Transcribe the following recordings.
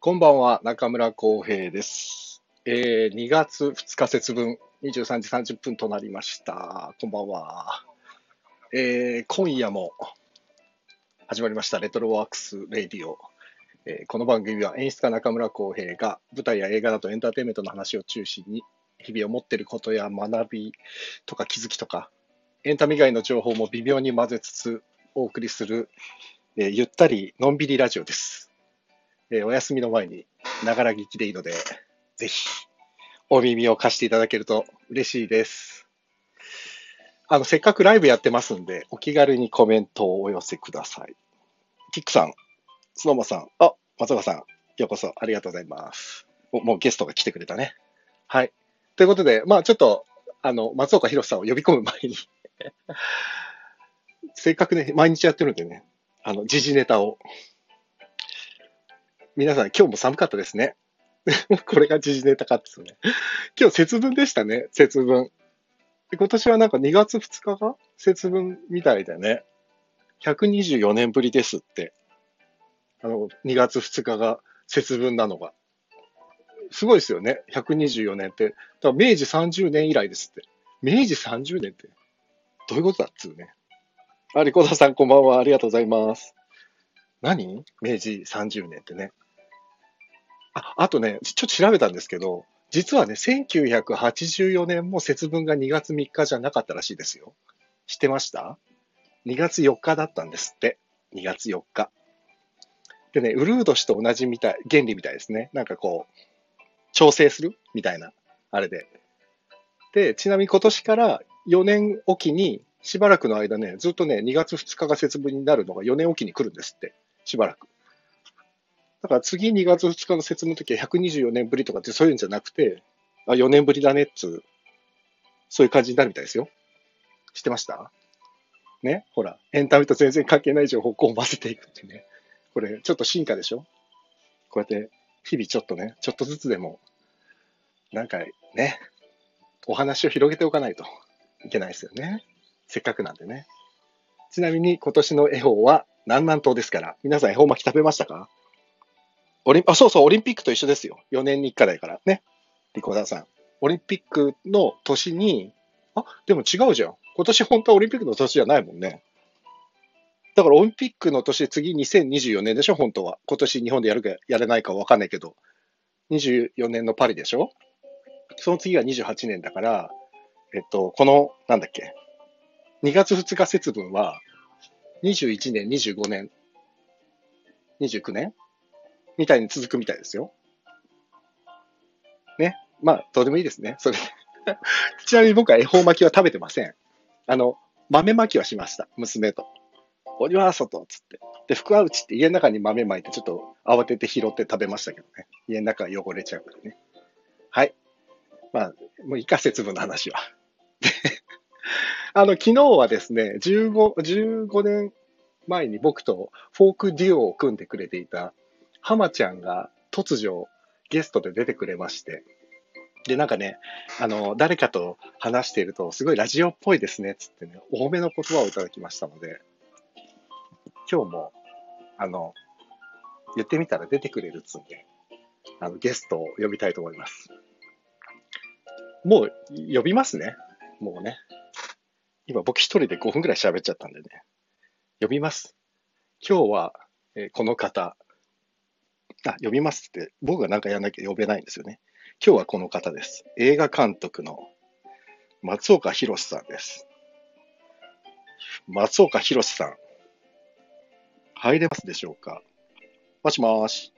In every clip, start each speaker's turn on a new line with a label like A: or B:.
A: こんばんは、中村浩平です。えー、2月2日節分、23時30分となりました。こんばんは。えー、今夜も始まりました、レトロワークスレディオ。えーこの番組は演出家中村浩平が舞台や映画などエンターテインメントの話を中心に、日々思っていることや学びとか気づきとか、エンタメ以外の情報も微妙に混ぜつつお送りする、えーゆったりのんびりラジオです。えーお休みの前に、ながら聞きでいいので、ぜひ、お耳を貸していただけると嬉しいです。あの、せっかくライブやってますんで、お気軽にコメントをお寄せください。キックさん、スノーマンさん、あ、松岡さん、ようこそありがとうございます。もうもうゲストが来てくれたね。はい。ということで、まあちょっと、あの、松岡弘さんを呼び込む前に、せっかくね、毎日やってるんでね、あの、時事ネタを皆さん、今日も寒かったですね。 これが時事ネタかですね。今日節分でしたね、節分。で今年はなんか2月2日が節分みたいだね。124年ぶりですって。あの、2月2日が節分なのが。すごいですよね、124年って。だから明治30年以来ですって。明治30年って、どういうことだっつうね。あ、リコーダーさん、こんばんは。ありがとうございます。何明治30年ってね。ああとね、ちちょっと調べたんですけど、実はね、1984年も節分が2月3日じゃなかったらしいですよ。知ってました ?2 月4日だったんですって。2月4日。でね、ウルード氏と同じみたい、原理みたいですね。なんかこう、調整するみたいな、あれで。で、ちなみに今年から4年おきに、しばらくの間ね、ずっとね、2月2日が節分になるのが4年おきに来るんですって。しばらく。だから次2月2日の節分の時は124年ぶりとかってそういうんじゃなくて、あ、4年ぶりだねっつう、そういう感じになるみたいですよ。知ってましたねほら、エンタメと全然関係ない情報をこう混ぜていくっていうね。これ、ちょっと進化でしょこうやって、日々ちょっとね、ちょっとずつでも、なんかね、お話を広げておかないといけないですよね。せっかくなんでね。ちなみに今年の恵方は南南東ですから、皆さん恵方巻き食べましたかオリンあそうそう、オリンピックと一緒ですよ。4年に1回だからね。リコーダーさん。オリンピックの年に、あでも違うじゃん。今年本当はオリンピックの年じゃないもんね。だからオリンピックの年、次2024年でしょ、本当は。今年日本でやるかやれないかわかんないけど。24年のパリでしょその次が28年だから、えっと、この、なんだっけ。2月2日節分は、21年、25年、29年みたいに続くみたいですよ。ね。まあ、どうでもいいですね。それ でちなみに僕は恵方巻きは食べてません。あの、豆巻きはしました。娘と。おりは外っつって。で、福は内って家の中に豆巻いて、ちょっと慌てて拾って食べましたけどね。家の中は汚れちゃうからね。はい。まあ、もういいか、節分の話は。で あの、昨日はですね、15、15年前に僕とフォークデュオを組んでくれていたハマちゃんが突如ゲストで出てくれまして、で、なんかね、あの、誰かと話していると、すごいラジオっぽいですね、つってね、お褒めの言葉をいただきましたので、今日も、あの、言ってみたら出てくれるっつうんで、あの、ゲストを呼びたいと思います。もう、呼びますね。もうね。今僕一人で5分ぐらい喋っちゃったんでね。呼びます。今日は、えーこの方、あ、呼びますって、僕がなんかやらなきゃ呼べないんですよね。今日はこの方です。映画監督の松岡弘さんです。松岡弘さん、入れますでしょうかもしもーし。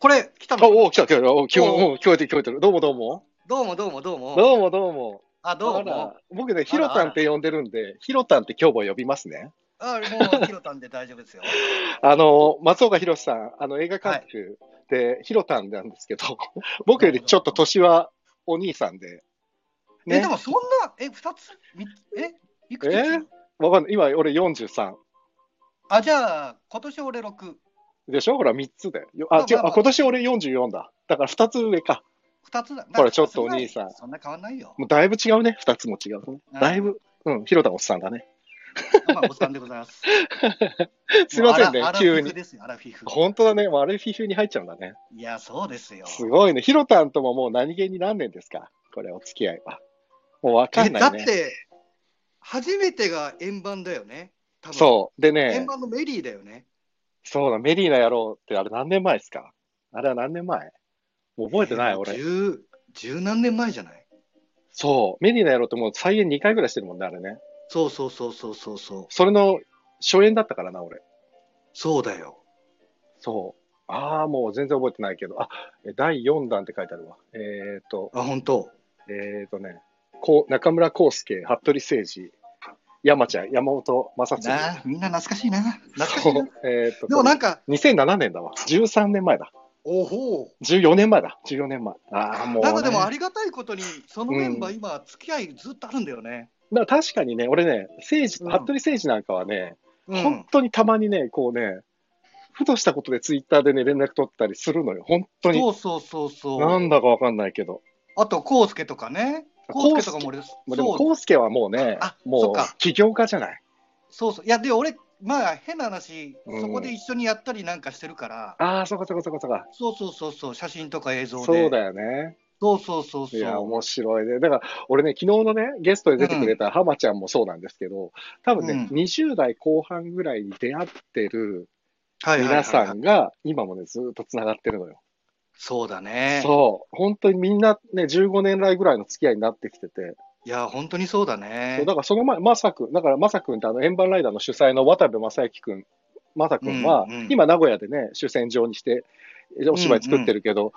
B: これ、来た
A: あ、
B: の
A: おお、来た、来た、おお聞こえ
B: お
A: おお聞こえてる、聞こえてる。どうもどうも。
B: どうもどうもどうも。
A: どうもどうも。
B: あ、どう
A: あら
B: も。
A: 僕ね、ひろたんって呼んでるんで、ひろたんって今日も呼びますね。
B: あ、もう、ひろたんで大丈夫ですよ。
A: あの、松岡弘さん、あの、映画監督で、ひろたんなんですけど、 僕よりちょっと年はお兄さんで、
B: え、でもそんな、え、二つ、みえ、いくつ、
A: えーわかんない。今、俺43。
B: あ、じゃあ、今年俺六、
A: でしょほら、3つで。よ
B: ま
A: あ
B: あ、
A: 違う、
B: まあ
A: あ今年俺44だ。だから2つ上か。
B: 二つだ。
A: ほらちょっとお兄さん
B: そんな変わんないよ。
A: もうだいぶ違うね。2つも違うね。
B: うん
A: だいぶ、うん、広田おっさんだね。
B: まあ、おっさんでございます。
A: すいませんね
B: もうアラ、
A: 急
B: アラフィフ
A: に。
B: ですよ、アラフィフ。
A: 本当だね、もうアルフィフに入っちゃうんだね。
B: いや、そうですよ。
A: すごいね。ヒロタンとももう何気に何年ですかこれ、お付き合いは。もうわか
C: え
A: んな
C: だ
A: いね。
C: って、初めてが円盤だよね。多分
A: そう。で
C: 円
A: ね、
C: 盤のメリーだよね。
A: そうだ、メリーな野郎ってあれ何年前ですかあれは何年前もう覚えてない、
C: えー
A: 俺。
C: 十、十何年前じゃない
A: そう。メリーな野郎ってもう再演2回ぐらいしてるもんね、あれね。
C: そうそうそうそうそうそう。
A: それの初演だったからな、俺。
C: そうだよ。
A: そう。ああ、もう全然覚えてないけど。あ、え第4弾って書いてあるわ。えっ、と、
C: あ、本当。
A: えっ、とね、こう中村康介、服部誠二、山ちゃん、山本正嗣。
B: なあみんな懐かしいな。懐かし
A: そ
B: いな
A: う。えっ、と、
C: でもなんか、
A: 2007年だわ。13年前だ。
C: おほう。
A: 14年前だ。14年前。ああ、もう、ね。
C: なんかでもありがたいことに、そのメンバー、今、付き合いずっとあるんだよね。
A: だから確かにね、俺ね、政治、
C: うん
A: 服部政治なんかはね、
C: うん
A: 本当にたまにね、こうね、ふとしたことでツイッターでね、連絡取ったりするのよ。本当に。
C: そうそうそうそ
A: な
C: う。
A: んだかわかんないけど。
C: あと、コウスケとかね。コウスケとかも俺、そ
A: まあ、でも、
C: う
A: 康介はもうね
C: あ、そ
A: も
C: っ
A: う
C: か
A: 起業家じゃない。
C: そうそう。いや、で、俺、まあ、変な話、
A: うん
C: そこで一緒にやったりなんかしてるから、
A: ああ、そこそこそこそこ。
C: そうそうそうそう、写真とか映像で。
A: そうだよね。
C: そうそうそう
A: いや、
C: そう。
A: 面白いね。だから、俺ね、昨日のね、ゲストで出てくれた浜ちゃんもそうなんですけど、多分ね、
C: う
A: 20代後半ぐらいに出会ってる
C: は
A: 皆
C: い
A: さんが、今もね、ずっと繋がってるのよ。
C: そうだね。
A: そう。本当にみんなね、15年来ぐらいの付き合いになってきてて。
C: いや、本当にそうだね
A: そう。だからその前、まさくん、だからまさくんってあの、円盤ライダーの主催の渡部正行くん、まさくんは、
C: うんうん
A: 今名古屋でね、主戦場にして、お芝居作ってるけど、
C: うん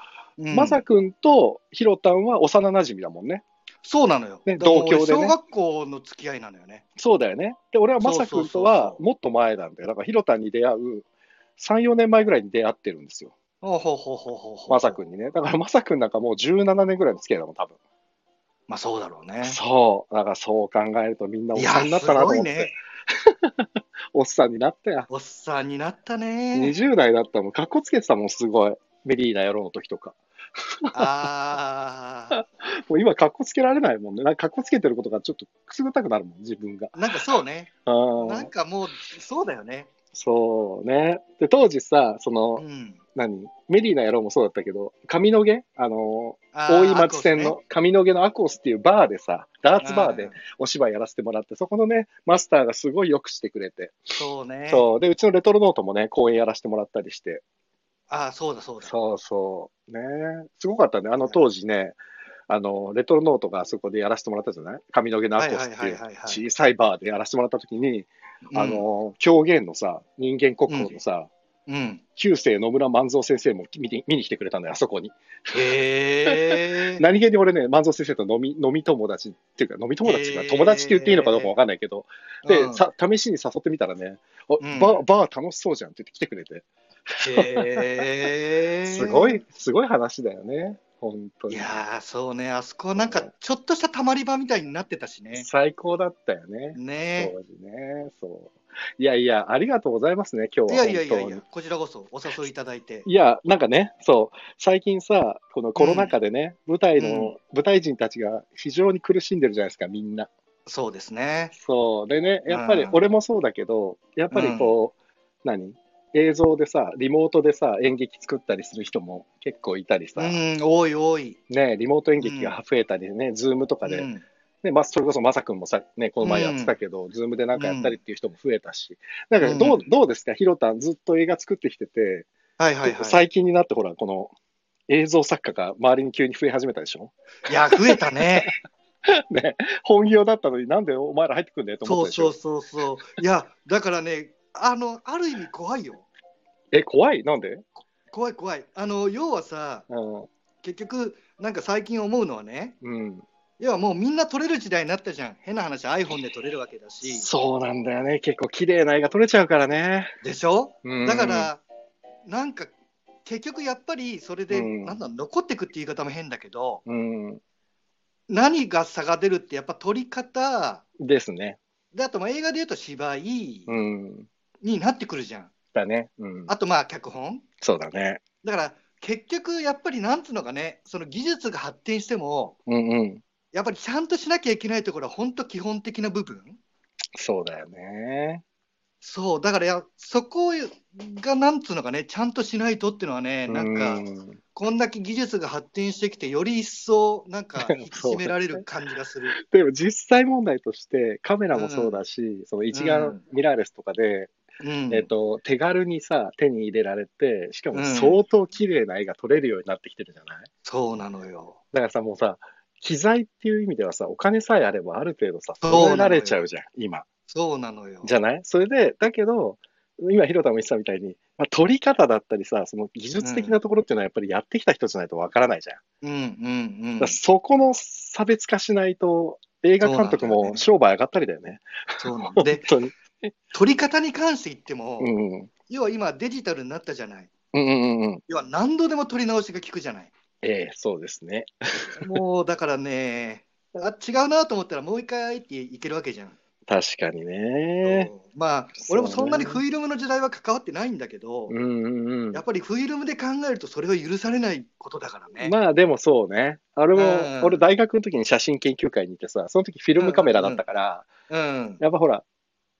A: まさくんとひろたんは幼馴染だもんね。
C: そうなのよ。
A: ね
C: だから
A: 同郷でね
C: 俺小学校の付き合いなのよね。
A: そうだよね。で、俺はまさくんとは
C: そうそうそうそう
A: もっと前なんだよ。だからひろたんに出会う3、4年前ぐらいに出会ってるんですよ。
C: ほうほうほうほうほうほう。
A: まさくんにね。だからまさくんなんかもう17年ぐらいの付き合いだもん、多分。
C: まあ、そうだろうね。
A: そう。だからそう考えるとみんなお
C: い
A: っ
C: や
A: さんになっ
C: す
A: たなと
C: ご
A: 思
C: い
A: って。
C: ね。
A: おっさんになったや。
C: おっさんになったね。
A: 20代だったもん。かっこつけてたもん、すごい。メリーな野郎の時とか。
C: あ
A: もう今、かっこつけられないもんね。なんかかっこつけてることがちょっとくすぐったくなるもん、自分が。
C: あ、なんかそう ね。
A: あ
C: な
A: ー
C: んかもう、そうだよね。
A: そうね。で、当時さ、その、
C: うん。
A: 何メリーな野郎もそうだったけど、上野毛あの、
C: あー
A: 大井町線の、上野毛のアコースっていうバーでさ、ダーツバー。
C: ア
A: で
C: コ
A: お芝居やらせてもらって、そこのね、マスターがすごいよくしてくれて、
C: スねうんそうね。
A: そう。で、うちのレトロノートもね、公演やらせてもらったりして、
C: ああ、そうだそうだ。
A: そうそう。ねえすごかったね。あの当時ね、あの、レトロノートがあそこでやらせてもらったじゃない髪の毛のアコースって
C: はい
A: い
C: は
A: う
C: いはいはいはい
A: 小さいバーでやらせてもらった時に、あの、狂言のさ、人間国宝のさ、
C: うん、うん。
A: 旧世野村万蔵先生も見に見に来てくれたのよ、あそこに。
C: へえ。
A: 何気に俺ね、万蔵先生と飲み、飲み友達っていうか、飲み友達が、
C: へえ
A: 友達って言っていいのかどうかわかんないけど、
C: う
A: で、
C: ん
A: さ、試しに誘ってみたらね、あ
C: うん
A: バー、バー楽しそうじゃんって言って来てくれて、
C: へ え。
A: すごい。、すごい話だよね、本当
C: い
A: に。
C: やー、そうね。あそこなんか、ちょっとしたたまり場みたいになってたしね。
A: 最高だったよね。
C: ね
A: 当時ね、そう。いやいや、ありがとうございますね、今
C: い
A: 日は
C: や
A: 本当に。
C: いやいやいや、こちらこそお誘いいただいて。
A: いやなんかね、そう、最近さ、このコロナ禍でね、舞台の、舞台人たちが非常に苦しんでるじゃないですか、みんな。
C: そうですね。
A: そう。でね、やっぱり
C: うん
A: 俺もそうだけど、やっぱりこう、何映像でさ、リモートでさ、演劇作ったりする人も結構いたりさ、
C: うん、多い多い。
A: ね、リモート演劇が増えたりね、ズームとかで、
C: うん
A: ねまあ、それこそまさくんもさ、ね、この前やってたけど、ズームでなんかやったりっていう人も増えたし、なんかどう、
C: うん
A: どうですか、ひろたん、ずっと映画作ってきてて、
C: はいはいはい。
A: 最近になってほら、この映像作家が周りに急に増え始めたでしょ
C: いや、増えたね。
A: ね、本業だったのになんでお前ら入ってくんだ よと思っ
C: そ
A: た
C: う
A: でしょ
C: そうそうそう。いや、だからね、あの、ある意味怖いよ。
A: え、怖いなんで、
C: 怖い怖い。あの、要はさ、
A: うん、
C: 結局、なんか最近思うのはね、
A: うん。
C: 要はもうみんな撮れる時代になったじゃん。変な話、iPhone で撮れるわけだし。
A: そうなんだよね。結構綺麗な絵が撮れちゃうからね。
C: でしょ
A: うん
C: だから、なんか結局やっぱりそれで、
A: うん
C: なんだ残っていくって言い方も変だけど
A: うん。
C: 何が差が出るってやっぱ撮り方
A: ですね。
C: であとまあ映画でいうと芝居
A: うん。
C: になってくるじゃん、
A: だね。うん。
C: あとまあ脚本
A: そうだね。
C: だから結局やっぱりなんつうのかねその技術が発展しても
A: うんうん。
C: やっぱりちゃんとしなきゃいけないところは本当基本的な部分
A: そうだよね。
C: そう、だからや、そこがなんつうのかね、ちゃんとしないとっていうのはね、なんか、
A: うん
C: こんだけ技術が発展してきて、より一層、な んか、引き締められる感じがする。
A: でも実際問題として、カメラもそうだし、その一
C: う
A: 眼
C: ん
A: ミラーレスとかで、
C: うん
A: えっと、手軽にさ、手に入れられて、しかも
C: うん
A: 相当綺麗な絵が撮れるようになってきてるじゃない
C: そうなのよ。
A: だからさ、もうさ、機材っていう意味ではさ、お金さえあればある程度さ、
C: そうなのよ
A: 揃えられちゃうじゃん、今。
C: そうなのよ。
A: じゃないそれで、だけど、今、広田も言ってたみたいに、まあ、撮り方だったりさ、その技術的なところっていうのはやっぱりやってきた人じゃないとわからないじゃん。
C: うんうんう
A: だ
C: ん
A: から。そこの差別化しないと、映画監督
C: そうなんだよ
A: も
C: ね
A: 商売上がったりだよね。
C: そうなの。で、
A: 本当に。
C: 撮り方に関して言っても、
A: うんうん。
C: 要は今、デジタルになったじゃない。
A: うんうんうんうん。
C: 要は何度でも撮り直しが効くじ ゃない。
A: ええそうですね。
C: もうだからね、あ違うなと思ったら、もう一回っていけるわけじゃん。
A: 確かにね。
C: そうまあ、
A: そうね
C: 俺もそんなにフィルムの時代は関わってないんだけど、
A: うんうんうん
C: や。っぱりフィルムで考えると、それは許されないことだからね。
A: まあでもそうね。あれも、
C: うん
A: 俺大学の時に写真研究会に行ってさ、その時フィルムカメラだったから、
C: うん、
A: やっぱほら、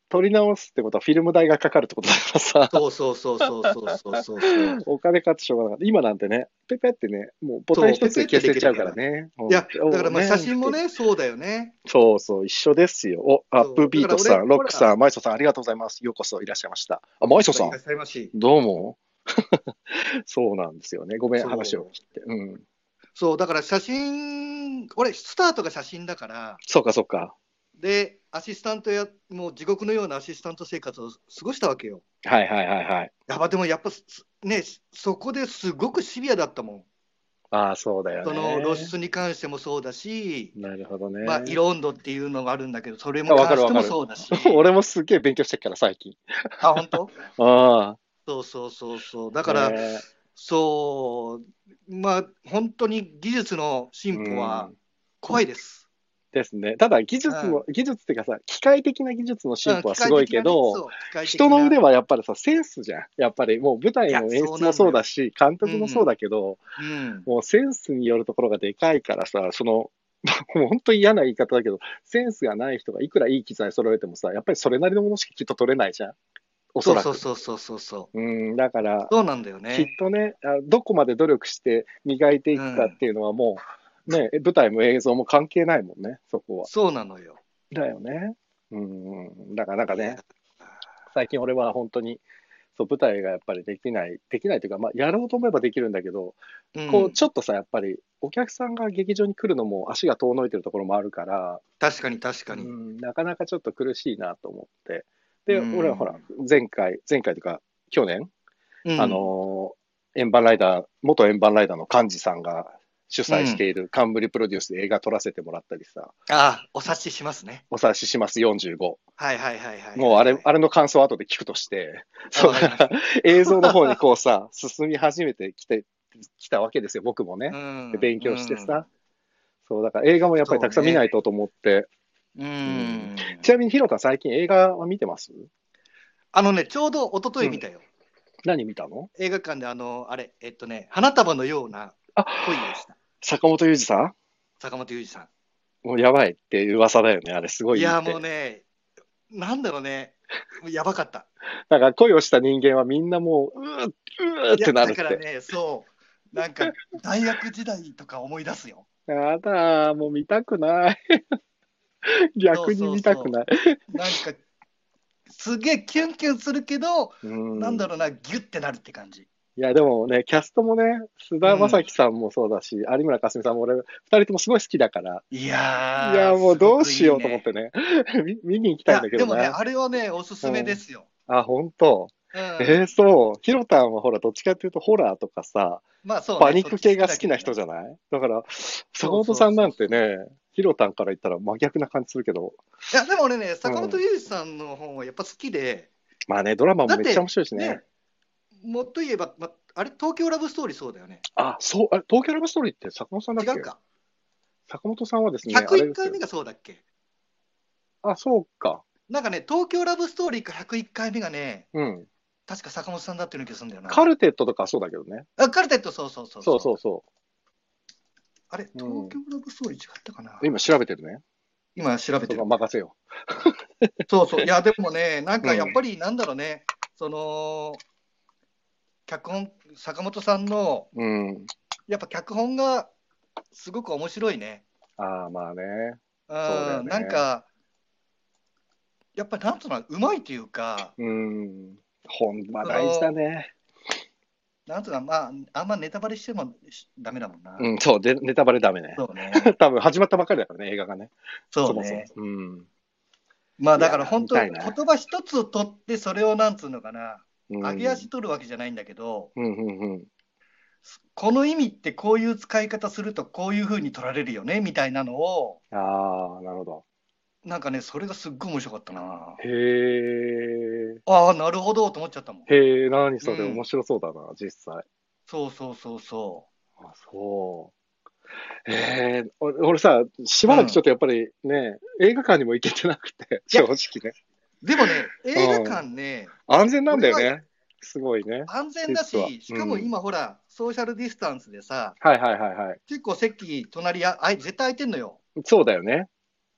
A: 撮り直すってことはフィルム代がかかるってことだからさ、
C: そうそうそうそうそうそうそ うそう。
A: お金かかってしょうがなかった。今なんてね、ペペってね、もうボタン一つで消せちゃうからね。
C: いや、
A: もう
C: だからまあ
A: ね
C: 写真もね、そうだよね。
A: そうそう、一緒ですよ。お、アップビート
C: だ
A: さ
C: から
A: ん、ロ
C: 俺
A: ックさん、マイソさん、ありがとうございます。ようこそいらっしゃいました。あ、マイソさ
C: い
A: ん
C: ら、っしゃいまし
A: どう も。そうなんですよね。ごめん、
C: そう
A: 話を切って。うん。
C: そう、だから写真、俺、スタートが写真だから、
A: そうか、そうか。
C: で、アシスタントや、もう地獄のようなアシスタント生活を過ごしたわけよ。
A: はいはいはいはい。
C: やば、でもやっぱ、すね、そこですごくシビアだったもん。
A: ああ、そうだよね。
C: その露出に関してもそうだし、
A: なるほどね。
C: まあ、色温度っていうのがあるんだけど、それも
A: あわか
C: 関
A: る
C: し
A: わ
C: ても
A: かる
C: そうだし、
A: 俺もすげえ勉強してっから、最近。
C: あ、本当
A: ああ。
C: そうそうそうそう、だから、
A: ね
C: そう、まあ、本当に技術の進歩は
A: うん
C: 怖いです。
A: ですね。ただ、技術の、技術っていうかさ、機械的な技術の進歩はすごいけど、
C: うん、
A: 人の腕
C: は、
A: はやっぱりさ、センスじゃん。やっぱりもう舞台の演出もそうだし、監督もそうだけど、
C: うん、
A: もうセンスによるところがでかいからさ、その、 もう本当に嫌な言い方だけど、センスがない人がいくらいい機材揃えてもさ、やっぱりそれなりのものしかきっと取れないじゃん。おそ
C: そう
A: らく。
C: そうそうそうそうそう
A: うん、だから
C: う、、そうなんだよ
A: きっ
C: ね。
A: とねあ、どこまで努力して磨いていくかっていうのはもう、ね、舞台も映像も関係ないもんね、そこは。
C: そうなのよ。
A: だよね。うん、だからなんかね、最近俺は本当に、そう舞台がやっぱりできない、できないというか、まあ、やろうと思えばできるんだけど、
C: うん
A: こうちょっとさ、やっぱりお客さんが劇場に来るのも足が遠のいてるところもあるから、
C: 確かに確かに。
A: うんなかなかちょっと苦しいなと思って。で、
C: うん
A: 俺はほら、前回、前回というか、去年、
C: うん
A: あ、のー、円盤ライダー、元円盤ライダーの幹事さんが主催している冠プロデュースで映画撮らせてもらったりさ、
C: あ、お察ししますね。
A: お察しします45。
C: はいはいはいはい。
A: もうあれ、あれの感想を後で聞くとして、 そう
C: わかりました
A: 映像の方にこうさ、進み始めてきて、きたわけですよ、僕もね。
C: うん
A: で勉強してさ、そう、だから映画もやっぱりたくさん見ないとと思って。
C: うん、
A: ん
C: ん
A: ちなみに、ヒロタ最近映画は見てます
C: あのね、ちょうど一昨日見たよ、
A: 何見たの
C: 映画館で、あの、あれ、えっとね、花束のような
A: あ
C: 恋でした、
A: 坂本裕二さ
C: 坂本裕二さ
A: んもうやばいっていう噂だよね、あれすごい
C: ん。い
A: って
C: や、もうね、なんだろうね、もうやば かった。
A: なんか恋をした人間はみんなもう、うーうーっ
C: いや
A: てなるっ
C: だから
A: て。
C: ね、そう、なんか、大学時代とか思い出すよ。
A: やだー、もう見たくない。 逆に見たくない。
C: なんか、すげえキュンキュンするけど、
A: な
C: なんだろうな、ギュってなるって感じ。
A: いや、でもね、キャストもね、菅田将暉さんもそうだし、有村架純さんも俺、二人ともすごい好きだから、
C: いやー、
A: いや、もうどうしようと思っ
C: す
A: てね、 見見に行き
C: ご
A: たいんだ
C: いね
A: け
C: いやで
A: ど
C: もね、
A: ね。
C: あれはね、おすすめですよ。
A: あ、本当。
C: うん
A: えー、そう。ヒロタンはほら、どっちかっていうと、ホラーとかさ、
C: まあそうね
A: パニック系が好きな人
C: そっち
A: じゃないだから、坂
C: そうそ
A: 本
C: う
A: さんなんてね、ヒロタンから言ったら真逆な感じするけど、
C: だけどいや、でも俺ね、坂本龍一さんの本はやっぱ好きで、
A: まあね、ドラマもめっちゃ面白いしね。
C: ね、もっと言えば、ま、あれ、東京ラブストーリーそうだよね。
A: あ、そう、あれ東京ラブストーリーって坂本さんだっ
C: 違
A: け
C: うか。
A: 坂本さんはですね、あれ
C: 101
A: ですよ
C: 回目がそうだっけ
A: あ、そうか。
C: なんかね、東京ラブストーリーか101回目がね、
A: うん。
C: 確か坂本さんだっていう気がするんだよな。
A: カルテットとかはそうだけどね。
C: あカルテット、そうそうそう
A: そうそうそ
C: あれ、東京ラブストーリー違ったかな、
A: う。今調べてるね。
C: 今調べ
A: そ
C: て
A: う
C: る
A: か、。任せよ
C: そうそう。いや、でもね、なんかやっぱりなんだろうね、その、脚本、坂本さんの、
A: うん。
C: やっぱ脚本がすごく面白いね。
A: ああ、まあね。
C: うん、
A: だよね
C: なんか、やっぱなんつうの、うまいというか、
A: うん。本場大事だね。
C: なんつうの、まあ、あんまネタバレしてもしダメだもんな。
A: うん、そう、でネタバレダメね。
C: そう ね。
A: 多分始まったばっかりだからね、映画がね。
C: そうね。
A: もそも。うん。
C: まあだから本当、
A: いや
C: 言
A: 見たいな
C: 葉一つを取って、それをなんつうのか
A: う
C: な、
A: ん
C: 上げ足取るわけじゃないんだけど、
A: うんうんうん。
C: この意味ってこういう使い方するとこういう風に取られるよねみたいなのを、
A: ああ、なるほど。
C: なんかね、それがすっごい面白かったな。
A: へえ。
C: ああ、なるほどと思っちゃったもん。
A: へえ、何それ、
C: うん
A: 面白そうだな、実際。
C: そうそうそうそ
A: あ、そう。えー、お俺さ、しばらくちょっとやっぱりね、映画館にも行けてなくて、
C: いや
A: 正直ね。
C: う。でもね、映画館ね、
A: 安全なんだよね。すごいね。
C: 安全だ
A: 実は
C: し、しかも今ほら、ソーシャルディスタンスでさ、
A: はいはいはいはい。
C: 結構席、隣や、あい絶対空いてんのよ。
A: そうだよね。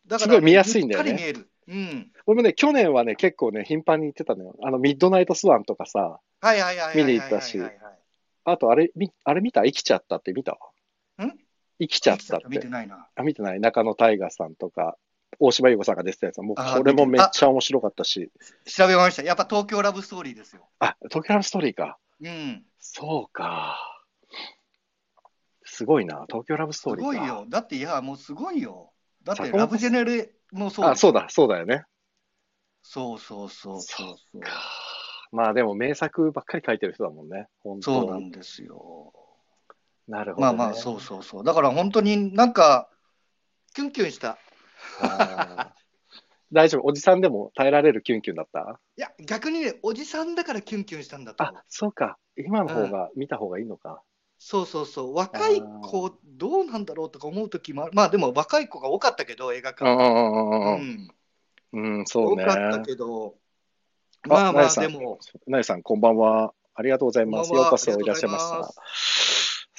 C: だから、
A: すごい見やすいんだよね
C: ゆったり見える。うん。
A: 俺もね、去年はね、結構ね、頻繁に行ってたのよ。あの、ミッドナイトスワンとかさ、
C: はいはいはいはいはいはいはいはい。
A: 見に行ったしあとあれ、みあれ見た生きちゃったって見た
C: ん
A: 生きちゃったっ
C: 見て
A: て。
C: ないな。
A: あ、見てない中野大河さんとか、大島優子さんが出てたやつ。もう
C: あ
A: これもめっちゃ面白かったし。
C: 調べました。やっぱ東京ラブストーリーですよ。
A: あ、東京ラブストーリーか。
C: うん。
A: そうか。すごいな、東京ラブス
C: す
A: トーリーか。
C: ごいよ。だって、いや、もうすごいよ。だって、
A: 坂本
C: ラブジェネレもそう
A: あ、そうだ、そうだよね。
C: そうそうそうそうそう。
A: まあでも名作ばっかり書いてる人だもんね。本当
C: そう
A: に
C: なんですよ。
A: なるほ
C: ま
A: ど、
C: あ
A: ね。
C: まあ、そうそうそう。だから本当になんか、キュンキュンした。
A: あー大丈夫、おじさんでも耐えられるキュンキュンだった
C: いや、逆にね、おじさんだからキュンキュンしたんだと思う
A: あ、そうか。今の方が、見た方がいいのか。
C: そうそうそう。若い子、どうなんだろうとか思う時もある。まあでも、若い子が多かったけど、映画
A: うん
C: 館。
A: うんうんうん
C: ん。
A: うん。うん、そう
C: 多
A: ね。
C: かったけど、まあま
A: なゆ
C: あ、
A: さん
C: でも、
A: なゆさん、こんばんは。ありがとうございます。
C: こん
A: よ
C: ばんは
A: うこそいらっしゃいまし
C: ありがとうござい
A: た。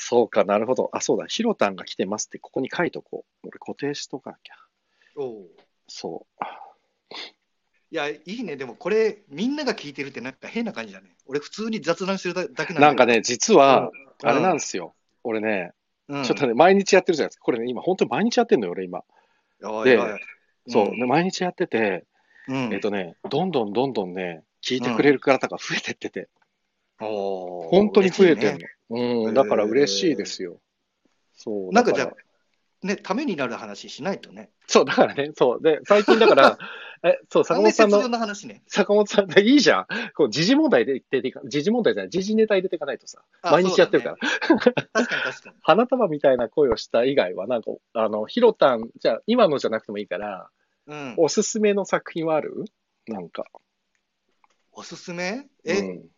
A: そうか、なるほど。あ、そうだ。ひろたんが来てますって、ここに書いとこう。俺、固定しとかなきゃ。
C: おう
A: そう。
C: いや、いいね、でもこれ、みんなが聞いてるって、なんか変な感じだね。俺、普通に雑談してるだけな
A: なんかね、実は、
C: うん
A: あれなんですよ。俺ね、
C: うん
A: ちょっとね、毎日やってるじゃないですか。これね、今、本当に毎日やってるのよ、俺今。
C: おい
A: で
C: おい
A: そう、
C: うん
A: ね毎日やってて、
C: うん
A: えっとね、どんどんどんどんね、聞いてくれる方が増えてってて、
C: おー
A: 本当に増えてる
C: 嬉しいね
A: の。う
C: へ
A: ん、
C: ー
A: だから嬉しいですよ。そう。
C: なんかじゃ
A: だ
C: あ
A: ら、
C: ね、ためになる話しないとね。
A: そう、だからね、そう。で、最近だから、 え、そう、坂本さん
C: なんで節
A: の
C: 分、の話ね。
A: 坂本さん、いいじゃん。こう、時事問題で入れていか、時事問題じゃない、時事ネタ入れていかないとさ、
C: あ
A: 毎日やってるから。。
C: そうだね確かに確かに。
A: 花束みたいな声をした以外は、なんか、あの、ひろたん、じゃあ、今のじゃなくてもいいから、
C: うん、
A: おすすめの作品はあるなんか。
C: おすすめえ、
A: うん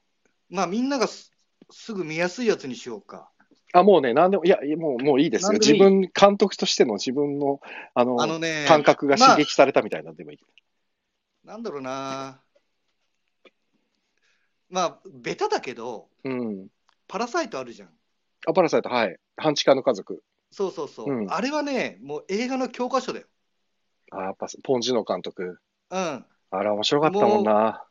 C: まあみんながすすぐ見やすいやつにしようか。
A: あ、もうね、なんでも、いや、もう、もういいですよ。
C: なんで
A: 自
C: もいい
A: 分、監督としての自分の、あの、
C: あのね、
A: 感覚が刺激されたみたいなんでもいい。
C: なんだろうな。まあ、ベタだけど、
A: うん。
C: パラサイトあるじゃん。
A: あ、パラサイト、はい。半地下の家族。
C: そうそうそう、
A: うん
C: あれはね、もう映画の教科書だよ。
A: あ、やっぱ、ポンジの監督。
C: うん。
A: あら、面白かったもんな。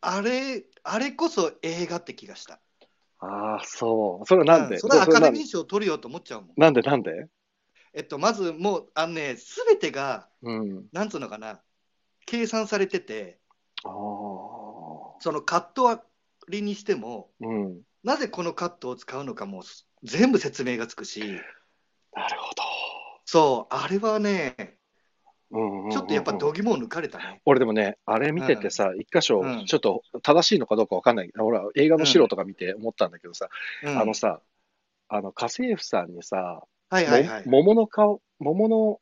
C: あれ、あれこそ映画って気がした。
A: ああ、そう。それはなんで、
C: うんそれはアカデミ
A: な
C: ー賞取るよと思っちゃうもん。
A: なんで、なんで
C: えっと、まずもう、あのね、すべてが、
A: うん。
C: なんつうのかな、計算されてて、
A: ああ。
C: そのカット割りにしても、
A: うん。
C: なぜこのカットを使うのかもす全部説明がつくし、
A: なるほど。
C: そう、あれはね、
A: うんうんうんうん
C: ちょっとやっぱ度肝を抜かれたね。
A: 俺でもね、あれ見ててさ、一箇所
C: うん、
A: ちょっと正しいのかどうかわかんない、ほら、映画の資料とか見て思ったんだけどさ、
C: うん
A: あのさ、あの、家政婦さんにさ、
C: はいはいはい。
A: も桃の顔、桃の、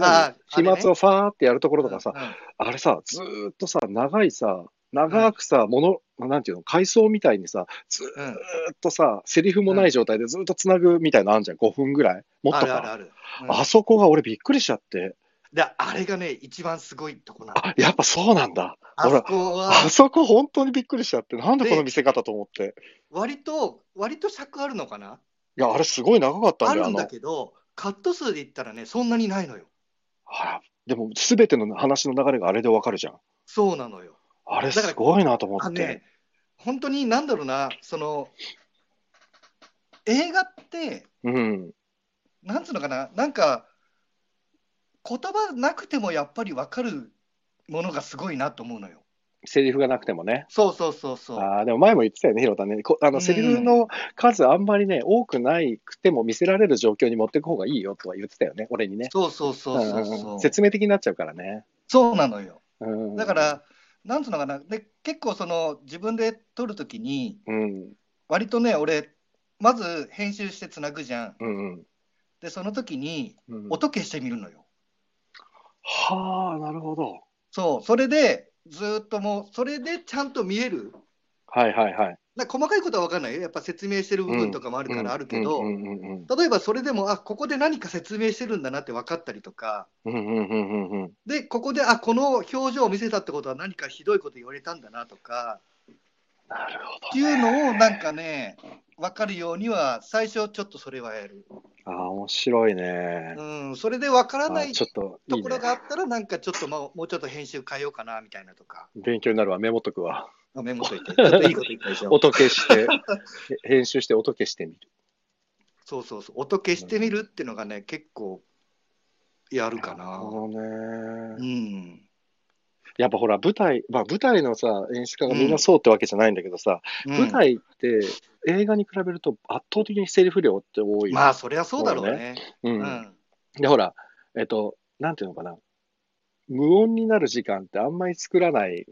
C: あ
A: 何飛
C: ー
A: 沫
C: あれね
A: をファーってやるところとかさ、
C: うんうん
A: あれさ、ずーっとさ、長いさ、長くさ、もの、なんていうの、回想みたいにさ、ずー
C: うん
A: っとさ、セリフもない状態でずーっとつなぐみたいなのあんじゃん、5分ぐらい。もっ
C: あ
A: と
C: るある
A: か。
C: ある。うん
A: あそこが俺びっくりしちゃって、
C: で、あれがね、一番すごいとこなの。
A: あ、やっぱそうなんだ。
C: あ
A: ほら
C: そこは、
A: あそこ本当にびっくりしちゃって、なんでこの
C: で
A: 見せ方と思って。
C: 割と、割と尺あるのかない
A: や、あれすごい長かったん
C: あ
A: だよ、
C: る
A: あ
C: ん
A: の。
C: だけど、カット数で言ったらね、そんなにないのよ。
A: あらでも、すべての話の流れがあれでわかるじゃん。
C: そうなのよ。
A: あれ
C: だから
A: すごいなと思
C: あ
A: っ
C: の
A: て。
C: ね、本当になんだろうな、その映画って、
A: うん。
C: なんつうのかな、なんか、言葉なくてもやっぱり分かるものがすごいなと思うのよ。
A: セリフがなくてもね。
C: そうそうそうそう。
A: ああ、でも前も言ってたよね、ヒロタね。こあ
C: う
A: の、
C: ん
A: セリフの数あんまりね、多くないくても見せられる状況に持っていく方がいいよとは言ってたよね、俺にね。
C: そうそうそうそう
A: うんうん
C: そ
A: うん
C: う。
A: 説明的になっちゃうからね。
C: そうなのよ。
A: うん、
C: だか、ら、なんつうのかな、で結構その自分で撮るときに、
A: うん、
C: 割とね、俺、まず編集してつなぐじゃん。
A: うん、
C: で、その時に
A: うん。
C: 音消してみるのよ。
A: はあ、なるほど。
C: そう、それでずーっともう、それでちゃんと見える。
A: はいはいはい。
C: な細かいことは分かんないよ。やっぱ説明してる部分とかもあるからあるけど、
A: うんうんうん
C: 例えばそれでも、あここで何か説明してるんだなって分かったりとか、
A: うんうんうんうんうんうん。
C: で、ここで、あこの表情を見せたってことは何かひどいこと言われたんだなとか、
A: なるほど。
C: っていうのをなんかね、分かるようには、最初ちょっとそれはやる。
A: ああ、面白いね。
C: うん、それで分からな
A: あ
C: い
A: ちょ
C: と
A: っといい、
C: ころ
A: ね、
C: があったら、なんかちょっと、まあ、もうちょっと編集変えようかなみたいなとか、
A: 勉強になるわ、メモとくわ。
C: メモといて、ちょっといいこと言ったでしょ。
A: 音消して、 へ編集して音消してみる。
C: そうそうそう、音消してみるっていうのがね、結構やるかな。
A: そう
C: う
A: ね。
C: ん。
A: やっぱほら、舞台、まあ舞台のさ、演出家がみんなそうってわけじゃないんだけどさ、舞台って映画に比べると圧倒的にセリフ量って多
C: う
A: い。
C: んまあ、そりゃそうだろうね。
A: う。
C: うんん。
A: で、ほら、えっと、なんていうのかな。無音になる時間ってあんまり作らない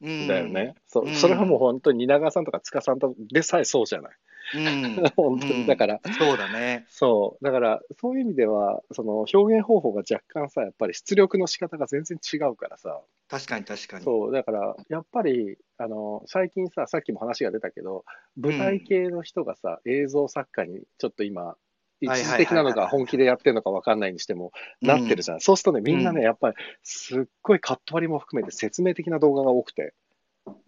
C: うん
A: んだよね。
C: う
A: そ
C: ん
A: それはもう本当に蜷川さんとか塚さんとでさえそうじゃない。
C: うん。
A: 本当に。だから、
C: そうだね。
A: そう。だから、そういう意味では、その表現方法が若干さ、やっぱり出力の仕方が全然違うからさ。
C: 確かに確かに。
A: そう。だから、やっぱり、あの、最近さ、さっきも話が出たけど、舞台系の人がさ、映像作家にちょっと今、一
C: はいはいはい
A: 時的なのか本気でやってるのか分かんないにしても、なってるじゃん。そうするとね、みんなね、やっぱり、すっごいカット割りも含めて説明的な動画が多くて。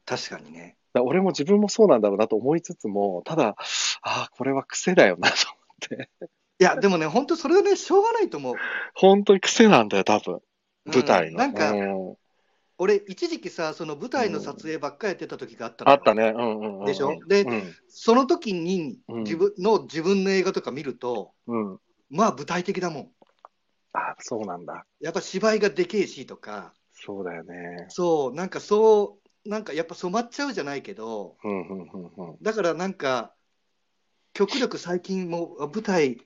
C: 確かにね。
A: だから俺も自分もそうなんだろうなと思いつつも、ただ、ああ、これは癖だよなと 思って。
C: いや、でもね、本当それはね、しょうがないと思う。
A: 本当に癖なんだよ、多分。
C: うん
A: 舞台の。
C: なんか
A: うん
C: 俺、一時期さ、その舞台の撮影ばっかりやってた時があったの
A: あ
C: よ
A: った。ね。うんうんうん、
C: でしょで
A: うん
C: その時に、
A: うん
C: 自分の自分の映画とか見ると、
A: うん。
C: まあ、舞台的だもん。
A: あ、そうなんだ。
C: やっぱ芝居がでけえしとか、
A: そうだよね。
C: そう、なんかそう、なんかやっぱ染まっちゃうじゃないけど、
A: うんうんうんうん。
C: だからなんか、極力最近もう舞台、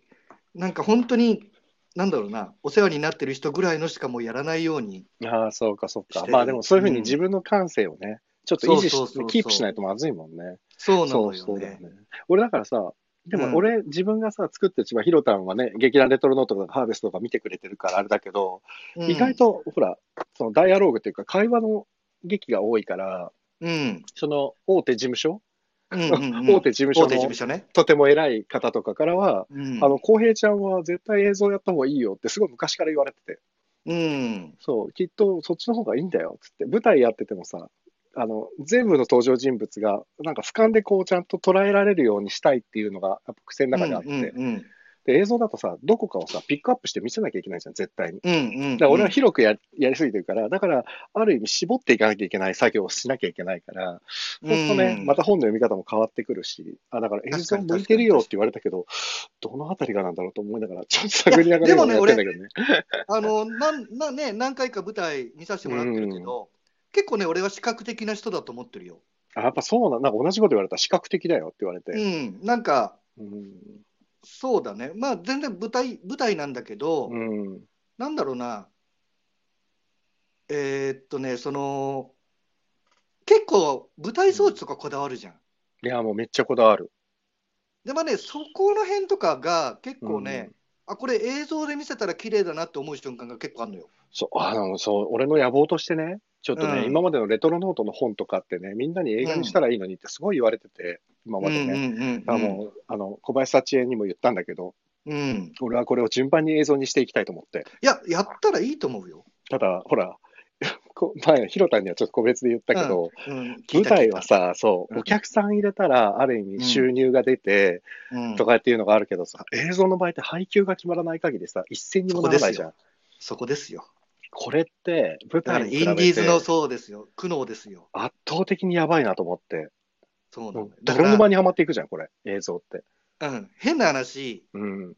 C: なんか本当に、なんだろうな、お世話になってる人ぐらいのしかもうやらないように、
A: ああ、そうかそう
C: し
A: か。
C: てる
A: まあでもそういうふう
C: う
A: に
C: ん
A: 自分の感性をね、ちょっと維持し
C: そうそうそうそう
A: キープしないとまずいもんね。
C: そうなのよね。
A: だよ俺だからさ、で
C: う
A: も
C: ん
A: 俺、自分がさ、作ってる千葉ひろたんはね、劇団レトロノートとかハーベストとか見てくれてるからあれだけど、
C: うん
A: 意外、とほら、そのダイアローグっていうか会話の劇が多いから、
C: うん、
A: その大手事務所、
C: うんうんうん、
A: 大手事務所
C: 大手事
A: の
C: 務所ね。
A: とても偉い方とかからは、
C: うん
A: あの、浩平ちゃんは絶対映像やった方がいいよってすごい昔から言われてて、
C: うん、
A: そう、きっとそっちの方がいいんだよっつって、舞台やっててもさ、あの、全部の登場人物が、なんか俯瞰でこうちゃんと捉えられるようにしたいっていうのが、やっぱ癖の中にあって、
C: うんうん
A: で、映像だとさ、どこかをさ、ピックアップして見せなきゃいけないじゃん、絶対に。
C: うんうんうん、
A: だから俺は広くややりすぎてるから、だから、ある意味絞っていかなきゃいけない作業をしなきゃいけないから、そうするとね、
C: うん
A: また本の読み方も変わってくるし、あだから映像向いてるよって言われたけど、どのあたりがなんだろうと思いながら、ちょっと探りながら
C: いや
A: 今
C: で
A: やっ
C: も
A: て
C: ね
A: んだけどね。
C: あのなんなね、何回か舞台見させてもらってるけど、結構ね、俺は視覚的な人だと思ってるよ。
A: あやっぱそうなんなんか同じこと言われたら視覚的だよって言われ
C: う
A: て。
C: ん、なんか、
A: うん。
C: そうだね、まあ、全然舞台舞台なんだけど、
A: うん。
C: なんだろうな、えーっとね、その、結構、舞台装置とかこだわるじゃん。
A: いや、もうめっちゃこだわる。
C: でもね、そこの辺とかが結構ね、あこれ映像で見せたら綺麗だなって思う瞬間が結構あるのよ。
A: そう、あの、そう、俺の野望としてね、ちょっとね、
C: うん
A: 今までのレトロノートの本とかってね、みんなに映画にしたらいいのにってすごい言われてて、今までね。
C: うんうん
A: あの、あの小林幸恵にも言ったんだけど、
C: うんうん、
A: 俺はこれを順番に映像にしていきたいと思って。
C: いや、やったらいいと思うよ。
A: ただ、ほら、 こ前、ひろたんにはちょっと個別で言ったけど、
C: うん、聞
A: 舞
C: いた
A: 台は、さ、そう、
C: うん
A: お客さん入れたら、ある意味収入が出て、
C: 聞いたうん
A: とかっていうのがあるけどさ、映像の場合って配給が決まらない限りさ、一銭にもならないじゃん。
C: そこですよ。
A: これって、舞
C: だ
A: 台
C: から
A: に
C: イ
A: 比べ
C: ンデ
A: て
C: ィーズのそうですよ、苦悩ですよ。
A: 圧倒的にやばいなと思って、
C: そうな
A: も
C: ん
A: う
C: だよだか
A: 泥
C: ら
A: 沼にはまっていくじゃん、これ、映像って。
C: うん、変な話、
A: うん。
C: もう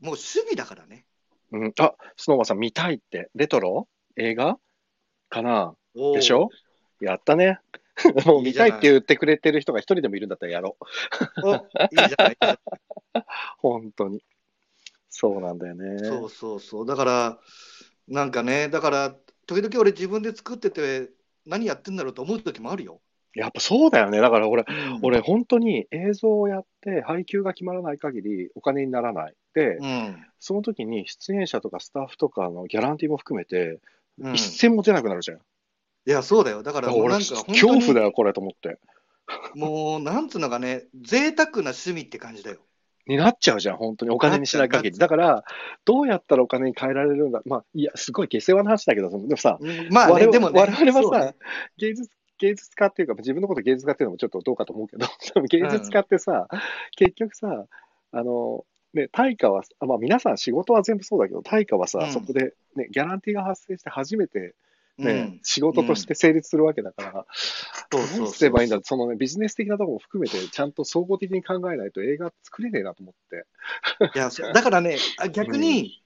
C: 守備だからね。
A: うん、あ、スノーマンさん見たいって、レトロ映画かな
C: おー
A: でしょやったね。 もう
C: いい
A: 見
C: じゃ
A: た
C: ない
A: いって言ってくれてる人が一人でもいるんだったらやろう。
C: おいいじゃない。
A: 本当に。そうなんだよね。
C: そうそうそう。だから、なんかね、だから、時々俺自分で作ってて、何やってんだろうと思う時もあるよ。
A: やっぱそうだよね。だから俺、
C: うん
A: 俺、本当に映像をやって配給が決まらない限りお金にならない。で、
C: うん。
A: その時に出演者とかスタッフとかのギャランティーも含めて、
C: うん
A: 一銭も出なくなるじゃん。
C: いや、そうだよ。だか
A: だ
C: ら、
A: から
C: もう
A: 俺、
C: なんか、
A: 恐怖だ
C: よ。
A: よ、これと思って。
C: もう、なんつうのかね、贅沢な趣味って感じだよ。
A: になっちゃうじゃん、本当に。お金にしない限り。だ
C: なっち
A: か
C: ゃう
A: ら、どうやったらお金に変えられるんだ。まあ、いや、すごい下世話な話だけど、でもさ、
C: うんまあね、
A: 我々
C: でもね、
A: 我々はさ
C: そうね
A: 芸術、芸術家っていうか、自分のこと芸術家っていうのもちょっとどうかと思うけど、 でも芸術家ってさ、結局さ、あの、ね、対価は、あまあ皆さん仕事は全部そうだけど、対価はさ、
C: うん
A: そこで、ね、ギャランティーが発生して初めて、ね
C: うん
A: 仕事として成立するわけだから、
C: そうそう
A: どうすればいいんだそのね、ビジネス的なところも含めて、ちゃんと総合的に考えないと映画作れねえなと思って。
C: いやそうだからね、あ逆に、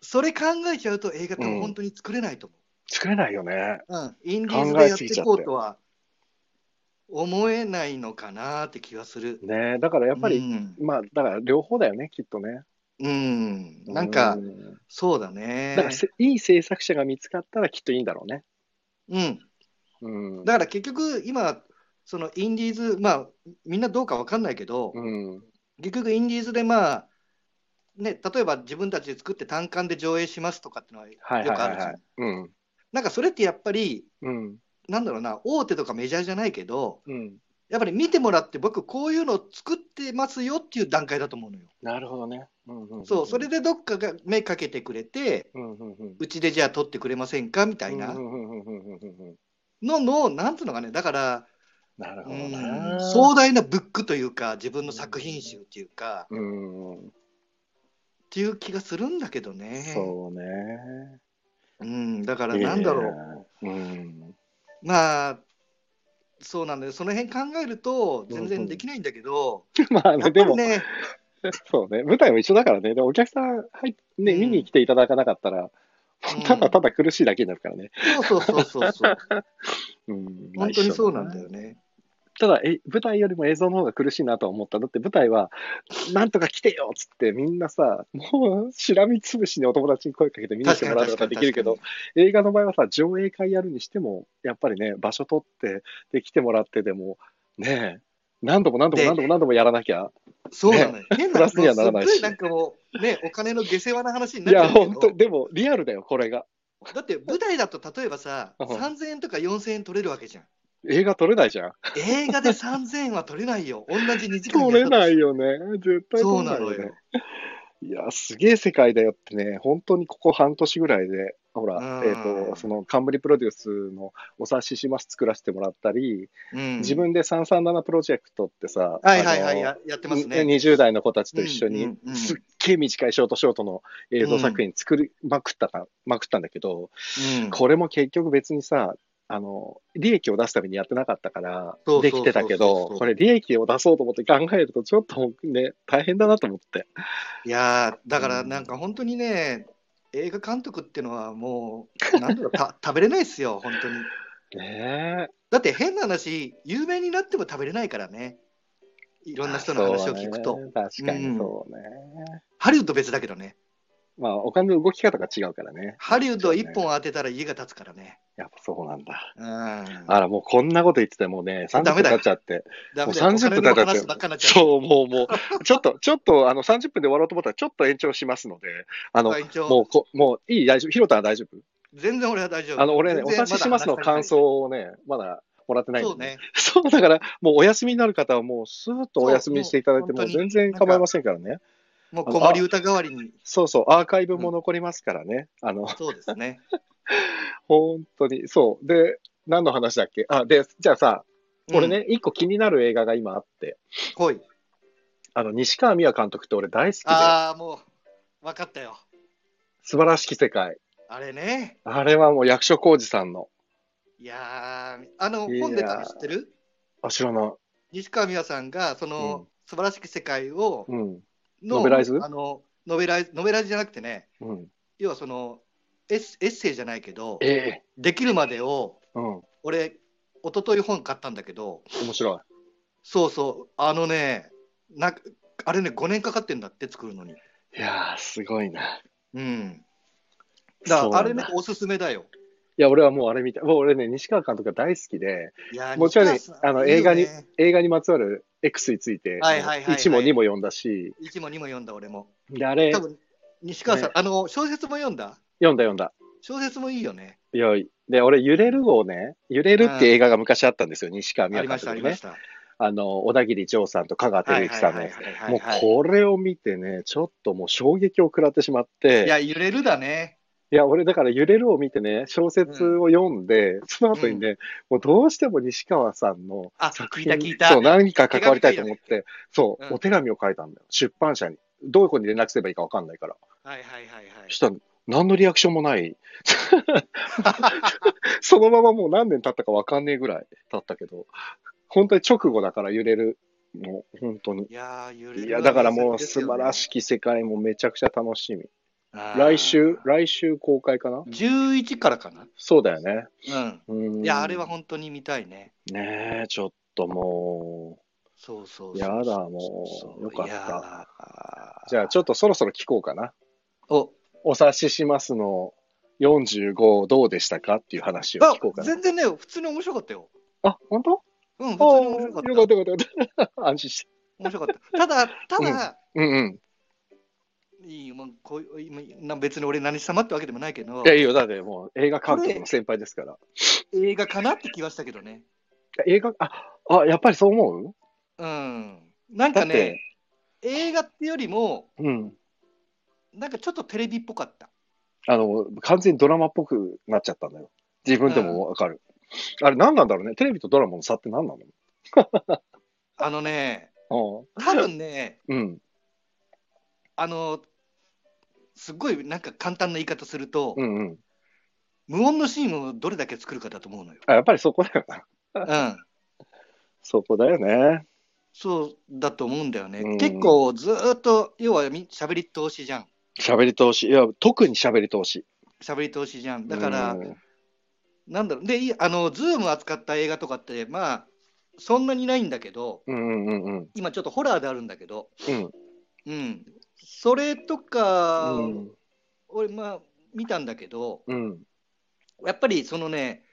C: それ考えちゃうと映画ってもう本当に作れないと思
A: 作れないよね。
C: う。うん。インディーズでやっていこうとは思えないのかなって気がする。
A: ねだからや
C: や
A: っぱり、まあ、だから両方だよね、きっとね。
C: うん、なんか
A: う、ん
C: そうだね。
A: だからせ、いい制作者が見つかったらきっといいんだろうね。
C: うん、
A: うん。
C: だから結局、今、そのインディーズ、まあ、みんなどうかわかんないけど、
A: うん。
C: 結局、インディーズで、まあ、ね、例えば自分たちで作って単館で上映しますとかってのはよくあ
A: はい
C: るじ
A: は
C: ゃ
A: い
C: ん。
A: はいはい。うん。
C: なんかそれってやっぱり、
A: うん。
C: なんだろうな、大手とかメジャーじゃないけど、
A: うん。
C: やっぱり見てもらって、僕、こういうのを作ってますよっていう段階だと思うのよ。
A: なるほどね。うんうんん
C: そう、それ、でどっかが目かけてくれて、
A: うんうんうん。み
C: うちでじゃあ撮ってくれませんかみたいな
A: うんうんうんうんうんうんうん。
C: のの、なんつうのかね、だから、
A: なるほど
C: う
A: ね。
C: ん壮大なブックというか自分の作品集というか、っ
A: うん。
C: ていう気がするんだけどね
A: そうね。
C: う、ん、だからなんだろう、
A: う。 うん。
C: まあそうなんだよその辺考えると全然できないんだけど、
A: まあね、
C: や
A: で
C: っぱり
A: も、
C: ね
A: そうね、舞台も一緒だからね、でもお客さん、はい、ね、
C: うん
A: 見に来ていただかなかったら、
C: うん
A: ただただ苦しいだけになるからね。
C: そうそうそうそう そう
A: うん、
C: 本当にそうなんだ
A: よ。
C: よね
A: ただえ、舞台よりも映像の方が苦しいなとは思った。だって舞台は、なんとか来てよっつって、みんなさ、もうしらみつぶしにお友達に声かけて見に来
C: 確
A: て
C: か
A: も
C: に
A: らうと
C: 確
A: か
C: かに
A: できるけど、映画の場合はさ、上映会やるにしても、やっぱりね、場所取って、で、来てもらってでも、ねえ、何度も何度も
C: で
A: 何度も何度もやらなきゃ。
C: そうなのよ、変な
A: プラスにはならないし
C: もうすっごなんかもうねお金の下世話な話にないっちゃ
A: や、
C: うけど
A: 本当でも、リアルだよ、これが。
C: だって舞台だと例えばさ
A: うん
C: 3000円とか4000円取れるわけじゃん
A: 映画撮れないじゃん。
C: 映画で3000円は取れないよ同じ2時間
A: 撮
C: や
A: れ
C: ったとしても
A: ないよね。絶対
C: そ
A: 撮
C: う
A: れな
C: ない
A: よ
C: の
A: ね。
C: よ。
A: いや、すげえ世界だよってね、本当にここ半年ぐらいで、ほら、
C: うん
A: えっ、と、その冠プロデュースのお察しします作らせてもらったり、
C: うん
A: 自分で337プロジェクトってさ、
C: はいはいはい、
A: あ
C: ややってま
A: の
C: すね。
A: 20代の子たちと一緒に、
C: うんうんうん
A: すっげえ短いショートショートの映像作品作りまくったか、まくったんだけど、
C: うん
A: これも結局別にさ、あの、利益を出すためにやってなかったから
C: そ、うそ
A: で
C: うそ
A: き
C: うそう
A: てたけど、これ利益を出そうと思って考えると、ちょっとね、大変だなと思って。
C: いやーだからなんか本当にね、映画監督ってのはもう、なんだろう、 た食べれないですよ、本当に。
A: ねえ。
C: だって変な話、有名になっても食べれないからね。いろんな人の話を聞くと。
A: そうね確かにそうね。
C: ハリウッド別だけどね。
A: まあ、お金の動き方が違うからね。
C: ハリウッド1本当てたら家が建つからね。
A: やっぱそうなんだ。
C: うん。ダ
A: あら、もうこんなこと言っててもうね、30
C: ダ
A: 分
C: メだ
A: 経
C: よ
A: っちゃって。
C: メだ
A: もう
C: よ
A: 30分経
C: お金
A: っち
C: の
A: ゃって
C: 話ばっかになっちゃう。
A: そう、もうもう、 ちょっと、ちょっと、あの、30分で終わろうと思ったら、ちょっと延長しますので、あの、
C: 会長
A: もうこ、もういい、大丈夫。ひろたは大丈夫
C: 全然俺は大丈夫。
A: あの、俺ね、お
C: 全然
A: 察ししますの
C: だ話
A: 感
C: 足り
A: 想をね、まだもらってな
C: ないい。
A: んで
C: そう
A: そ
C: ね。
A: う、だから、もうお休みになる方は、もう、スーッとお休みしていただいて、
C: そう
A: も
C: もう
A: う全然構いませんからね。
C: もう子守歌代わりに。
A: そうそう、アーカイブも残りますからね。あの、
C: そうですね。
A: 本当に、そう。で、何の話だっけあ、で、じゃあさ、 俺ね、一個気になる映画が今あって、
C: うん。来い。
A: あの、西川美和監督って俺大好きで、
C: ああ、もう、分かったよ。
A: 素晴らしき世界。
C: あれね。
A: あれはもう役所広司さんの。
C: いやー、あの
A: いやー
C: 本出たの知ってる
A: あ、知らない。
C: 西川美和さんが、その、
A: うん
C: 素晴らしき世界を、
A: うん。
C: の
A: ノベライズ
C: あのノベライズノベライズじゃなくてね、
A: うん。
C: 要はそのエッエッセイじゃないけど、
A: ええ
C: できるまでを、
A: うん。
C: 俺、一昨日本買ったんだけど、
A: 面白い。
C: そうそう、あのね、なんかあれね、5年かかってんだって、作るのに。
A: いやー、すごいな。
C: うん。だ
A: そ
C: か
A: う
C: ら、
A: なん
C: あ
A: だ
C: れね、おすすめだよ。
A: いや、俺はもうあれ見たい。もう俺ね、西川監督が大好きで、
C: いやー
A: もちろんね
C: 西川さ
A: あの映画に
C: いいよね
A: 映画にまつわる X について、
C: はいはいはいはい
A: 1も2も読んだし、
C: 1も2も読んだ、俺も。
A: で、あれ、
C: 多
A: 読
C: 分西川さん、
A: ね
C: あの小説も読んだ
A: んだ読んだ。
C: 小説もいいよね。
A: よい。で、俺、揺れるをね、揺れるって映画が昔あったんですよ、西川美
C: あ
A: 和
C: りま
A: 監
C: した、あ
A: 督
C: り
A: ね
C: まし。た。
A: あの、小田切丈さんと香川照之さんのやつ。
C: はいはい
A: もう
C: はいはい
A: これを見てね、ちょっともう衝撃を食らってしまって、
C: いや、揺れるだね。
A: いや、俺だから揺れるを見てね、小説を読んで、その後にね、もうどうしても西川さんの
C: あ、
A: 作
C: 聞い
A: 品
C: た聞いた。
A: そう、何か関わりたいと思って、そう、
C: うん
A: お手紙を書いたんだよ。出版社に。どういう子に連絡すればいいかわかんないから。
C: はいはいはいはい。
A: したら、何のリアクションも ない。そのままもう何年経ったかわかんねえぐらい経ったけど、本当に直後だから揺れる。もう本当に。
C: いやー、揺れる、
A: いや、だからもう素晴らしき世界もめちゃくちゃ楽しみ。
C: い
A: 来週、。来週公開かな
C: 11からかな。
A: そうだよね。
C: うん。
A: うん。
C: いや、あれは本当に見たいね。
A: ねえ、ちょっとも
C: そうそうそう
A: う、やだ、もう、よかった。
C: た
A: じゃあ、ちょっとそろそろ聞こうかな。
C: お
A: お察ししますの45どうでしたかっていう話を聞こう
C: あ
A: かな。
C: 全然ね、普通に面白かったよ。
A: あ、本当
C: うん、普
A: ああ
C: 通に面白か
A: よかっ
C: った。
A: たよかったよかった。 安心して。
C: 面白かった。ただ、ただ、
A: うんうん。
C: いいもうこう今な別に俺何様ってわけでもないけど
A: いや、いいよ。だってもう映画監督の先輩ですから。
C: 映画かなって気はしたけどね
A: 映画、あ、あ、やっぱりそう思う
C: うんなん
A: だ
C: か
A: って
C: ね、映画ってよりも
A: うん。
C: なんかちょっとテレビっぽかった
A: あの、完全にドラマっぽくなっちゃったんだよ。自分でもわかる。あれ何なんだろうね。テレビとドラマの差って何な
C: あのね
A: の
C: 多分ね
A: うん。うん。
C: あのすっごいなんか簡単な言い方すると、
A: うんうん。
C: 無音のシーンをどれだけ作るかだと思う のよ、
A: あやっぱりそこだよな。
C: うん、
A: そこだよね。
C: そうだと思うんだよね、
A: うん
C: 結構ずーっと要はみ喋り通しじゃん
A: 喋り通し。いや、特に喋り通し。
C: 喋り通しじゃんだから、
A: うん
C: なんだろうでいあのズーム扱った映画とかってまあそんなにないんだけど
A: うんうんうんうん。
C: 今ちょっとホラーであるんだけど、
A: うん
C: うん、それとか、
A: うん
C: 俺まあ見たんだけど
A: うん。
C: やっぱりそのね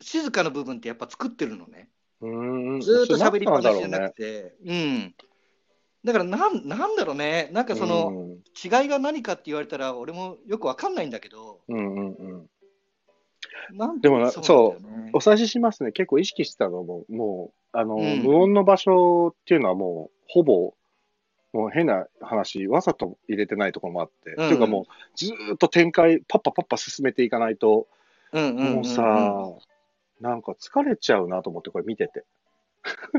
C: 静かな部分ってやっぱ作ってるのね
A: うん
C: ずーっと喋りっぱなしじ
A: そ
C: ゃ
A: うな
C: なん
A: だろ
C: くてう、ん、だからなんなんだろうねなんかその
A: うね
C: 違いが何かって言われたら俺もよくわかんないんだけど
A: うんうんうんうん。
C: なん
A: でもな
C: うなんだよね
A: お察ししますね。結構意識してたのも、もう、あの、
C: うん
A: 無音の場所っていうのはもう、ほぼ、もう変な話、わざと入れてないところもあって、
C: んうん
A: というかもう、ずーっと展開、パッパパッパ進めていかないと、
C: うんうんうんうん
A: もうさ、なんか疲れちゃうなと思って、これ見てて。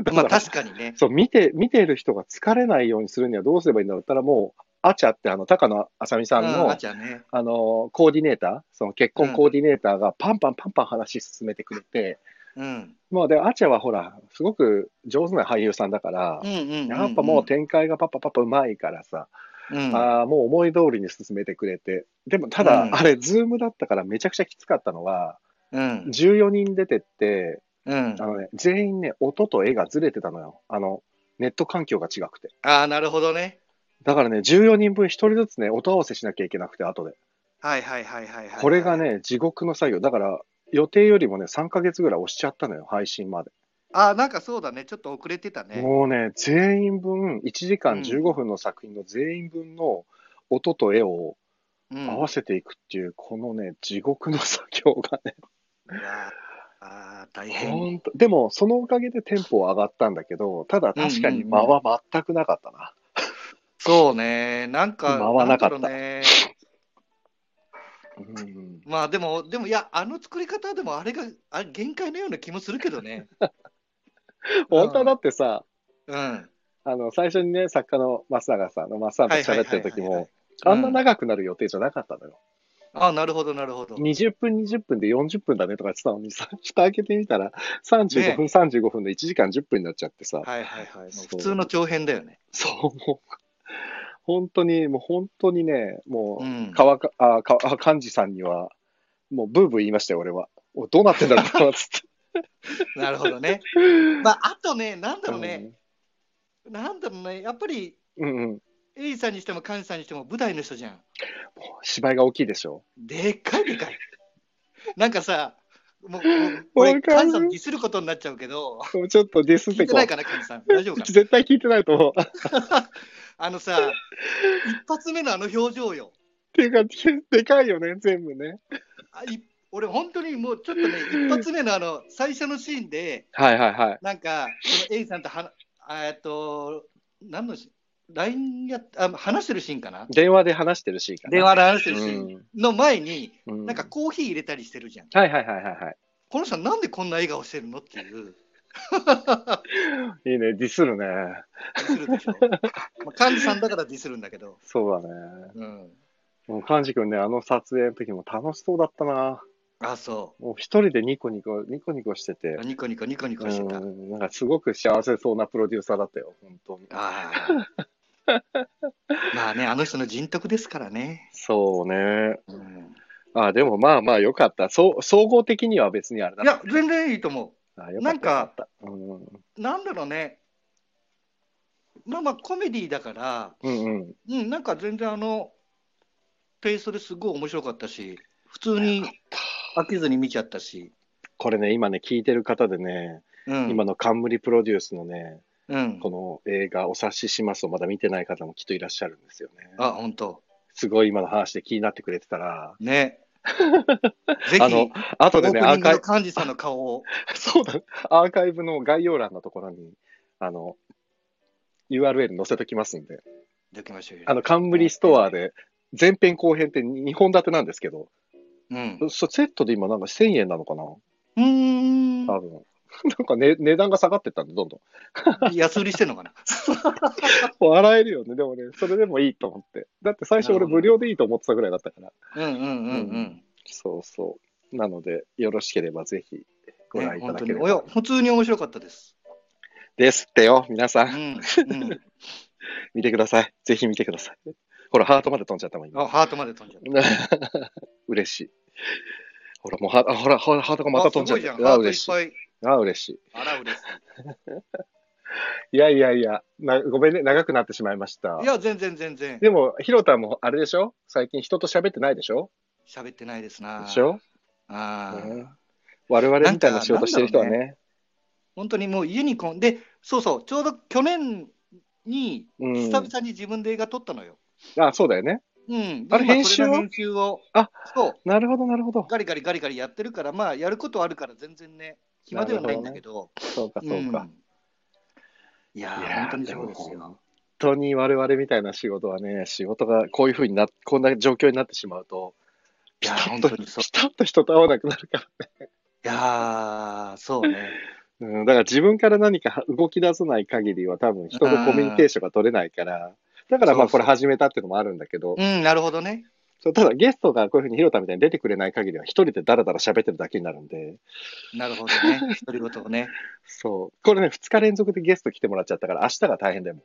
A: だか
C: まあ
A: ら
C: 確かにね
A: そう、見て、見てる人が疲れないようにするにはどうすればいいんだろうって言ったら、もう、アチャって、あの、高野あさみさ
C: あ
A: ん
C: の
A: の、
C: あちゃんね
A: あの、コーディネーター、その結婚コーディネーターがパンパンパンパン話進めてくれて、
C: うん
A: もうで、アチャはほら、すごく上手な俳優さんだから
C: う、んうんうんん
A: やっぱもう展開がパッパパッパうまいからさ、
C: うん
A: ああ、もう思い通りに進めてくれて、でもただ、
C: うん
A: あれ、ズームだったからめちゃくちゃきつかったのは、
C: うん
A: 14人出てって、
C: うん
A: あのね、全員ね、音と絵がずれてたのよ。あの、ネット環境が違くて。
C: ああなるほどね
A: だからね、14人分1人ずつね、音合わせしなきゃいけなくて、後で。
C: はいはいはいはいはい
A: これがね、地獄の作業。だから、予定よりもね、3ヶ月ぐらい押しちゃったのよ、配信まで。
C: あーなんかそうだねちょっと遅れてたね
A: もうね、全員分、1時間
C: うん
A: 15分の作品の全員分の音と絵を
C: うん
A: 合わせていくっていう、このね、地獄の作業がね、
C: いやーあー大
A: ほ
C: 変
A: んと、でも、そのおかげでテンポは上がったんだけど、ただ確かに間は全くなかったな。
C: そうねなんか
A: 間はなかった
C: んだろうね
A: うん
C: まあでもでもいやあの作り方でもあれがあれ限界のような気もするけどね
A: 本当はだってさ、
C: うん
A: あの、最初にね、作家の松永さんの松永さんと喋ってる時
C: はいはいはいはいは
A: も
C: い、
A: あんな長くなる予定じゃなかったのよ。
C: あなるほど、なるほど。
A: 20分、20分で40分だねとか言ってたのにさ、 蓋開けてみたら、35分、35分で1時間10分になっちゃってさ、
C: はいはいはい。も
A: そう
C: う普通の長編だよね。
A: そう、もう、本当に、もう本当にね、も
C: う
A: う、
C: ん。
A: 川か、あ、か、あ、幹事さんには、もうブーブー言いましたよ、俺は。おどうなってんだろうな、つ って。
C: なるほどね。まあ、あとね、なんだろうね、なんだろうね、やっぱり、
A: うんうんうん。
C: エイさんにしても、カンジさんにしても、舞台の人じゃん。
A: 芝居が大きいでしょ。
C: でっかいでかい。なんかさ、もう、
A: わか
C: 俺、
A: る
C: カンジさんディスることになっちゃうけど、
A: もうちょっとディスっ
C: 聞
A: て
C: いて
A: こ
C: ないか
A: う。
C: な、カンジさん。大丈夫か な。
A: 絶対聞いてないと思う。 っ
C: あのさ、一発目のあの表情よ。
A: ていうか、でかいよね、全部ね。
C: あい俺、本当にもうちょっとね、一発目のあの、最初のシーンで、
A: はいはいはい。
C: なんか、そのエイさんとはな、あえっと、何のし、LINE やっあ、話してるシーンかな
A: 電話で話してるシーンかな。
C: 電話で話して
A: う
C: るシーン
A: ん
C: の前に、
A: うん。
C: なんかコーヒー入れたりしてるじゃん。
A: はいはいはいはいは
C: この人なんでこんな笑顔してるのっていう。
A: い。いいね、ディスるね。
C: ディスる でしょ。まあ、幹事さんだからディスるんだけど。
A: そうだね。
C: うん。
A: もう、幹事君ね、あの撮影の時も楽しそうだったな。
C: あ、そ
A: もう一人でニコニコ、ニコニコしてて
C: う。。ニコニコニコニコしてた。
A: うん、なんかすごく幸せそうなプロデューサーだったよ、本当に。
C: ああ。まあね、あの人の人徳ですからね。
A: そうね。
C: うん、
A: あでもまあまあよかった。そう総合的には別にあれだ
C: いや、全然いいと思
A: あよ
C: う。
A: か
C: な
A: っ
C: ん
A: たよ
C: か、
A: かった。うんうん
C: なんだろうね。まあまあ、コメディだから、
A: うんうん。
C: うん、なんか全然あの、テイストですごい面白かったし、普通に飽きずに見ちゃったし。
A: これね、今ね、聞いてる方でね、
C: うん、
A: 今の冠プロデュースのね、
C: うん、
A: この映画、お察ししますをまだ見てない方もきっといらっしゃるんですよね。
C: あ、本当。
A: すごい今の話で気になってくれてたら、
C: ね。ぜひ、
A: あの、後でね、
C: オー
A: ア
C: プニン
A: ー
C: グ
A: カイ
C: の幹事さんの顔を。
A: ブ、 そうだ、アーカイブの概要欄のところに、あの、URL 載せときますんで、
C: できましょうよ
A: あの、冠ストアで、前編後編って2本立てなんですけど、
C: うん。
A: そセットで今なんか1000円なのかな
C: うー
A: 多分。 なんか、ね、値段が下がってったんで、どんどん。
C: ん。 安売りしてんのかな。
A: 笑えるよね、でもね、それでもいいと思って。だって最初俺無料でいいと思ってたぐらいだったから。
C: うんうんうんうん。
A: そうそう。なので、よろしければぜひご覧
C: ね、
A: いた
C: 本
A: だ
C: 当
A: け
C: に。
A: れ
C: お
A: ば。
C: や、普通に面白かったです。
A: ですってよ、皆さ。
C: うんん。
A: 見てください。ぜひ見てください。ほら、ハートまで飛んじゃったもん、
C: うん。
A: 今。
C: あ、ハートまで飛んじゃった。
A: 嬉しい。ほら、もうハート、ほら、ほらハートがまた飛んじゃ
C: あすごいじゃ
A: っ
C: ん。
A: た。あ、
C: ハートい
A: 嬉
C: っ
A: しい。
C: ぱい。
A: あ、嬉しい。
C: あら、嬉し
A: いやいやいや、なごめんね、長くなってしまいました
C: い。い。や、全然全然。
A: でも、ひろたもあれでしょ最近人と喋ってないでしょ
C: 喋ってないですな。
A: でしょ、
C: ああ、
A: ね我々みたいな仕事してる人はね。
C: 本当にもう家にこんで、そうそう、ちょうど去年に、
A: う
C: 久
A: ん。
C: 々に自分で映画撮ったのよ。
A: あ、そうだよね。
C: うん。
A: あれ
C: 今
A: 編集
C: そ
A: は
C: が編集を。
A: あ
C: そう。
A: なるほど、なるほど。
C: ガリガリガリガリやってるから、まあ、やることはあるから、全然ね、暇ではないんだけど。
A: そうか、そうか。
C: んいや
A: いやー
C: ー、本当にそうです
A: でも
C: よ。
A: 本当に我々みたいな仕事はね、仕事がこういうふうにな、こんな状況になってしまうと、
C: い
A: ピ
C: や
A: タ
C: ー、
A: ッ
C: 本
A: と、
C: 当にそう。
A: ピタッと人と会わなくなるか
C: いやー、そうね。
A: ら。うん、だから自分から何か動き出さない限りは多分人とコミュニケーションが取れないから、だからまあ
C: そ
A: こ
C: うそう
A: れ始めたってのもあるんだけど、
C: うん、なるほどね。
A: そうただゲストがこういうふうにヒロタみたいに出てくれない限りは一人でダラダラ喋ってるだけになるんで、
C: なるほどね。独り言 をね。
A: そう。これね、2日連続でゲスト来てもらっちゃったから明日が大変だよ。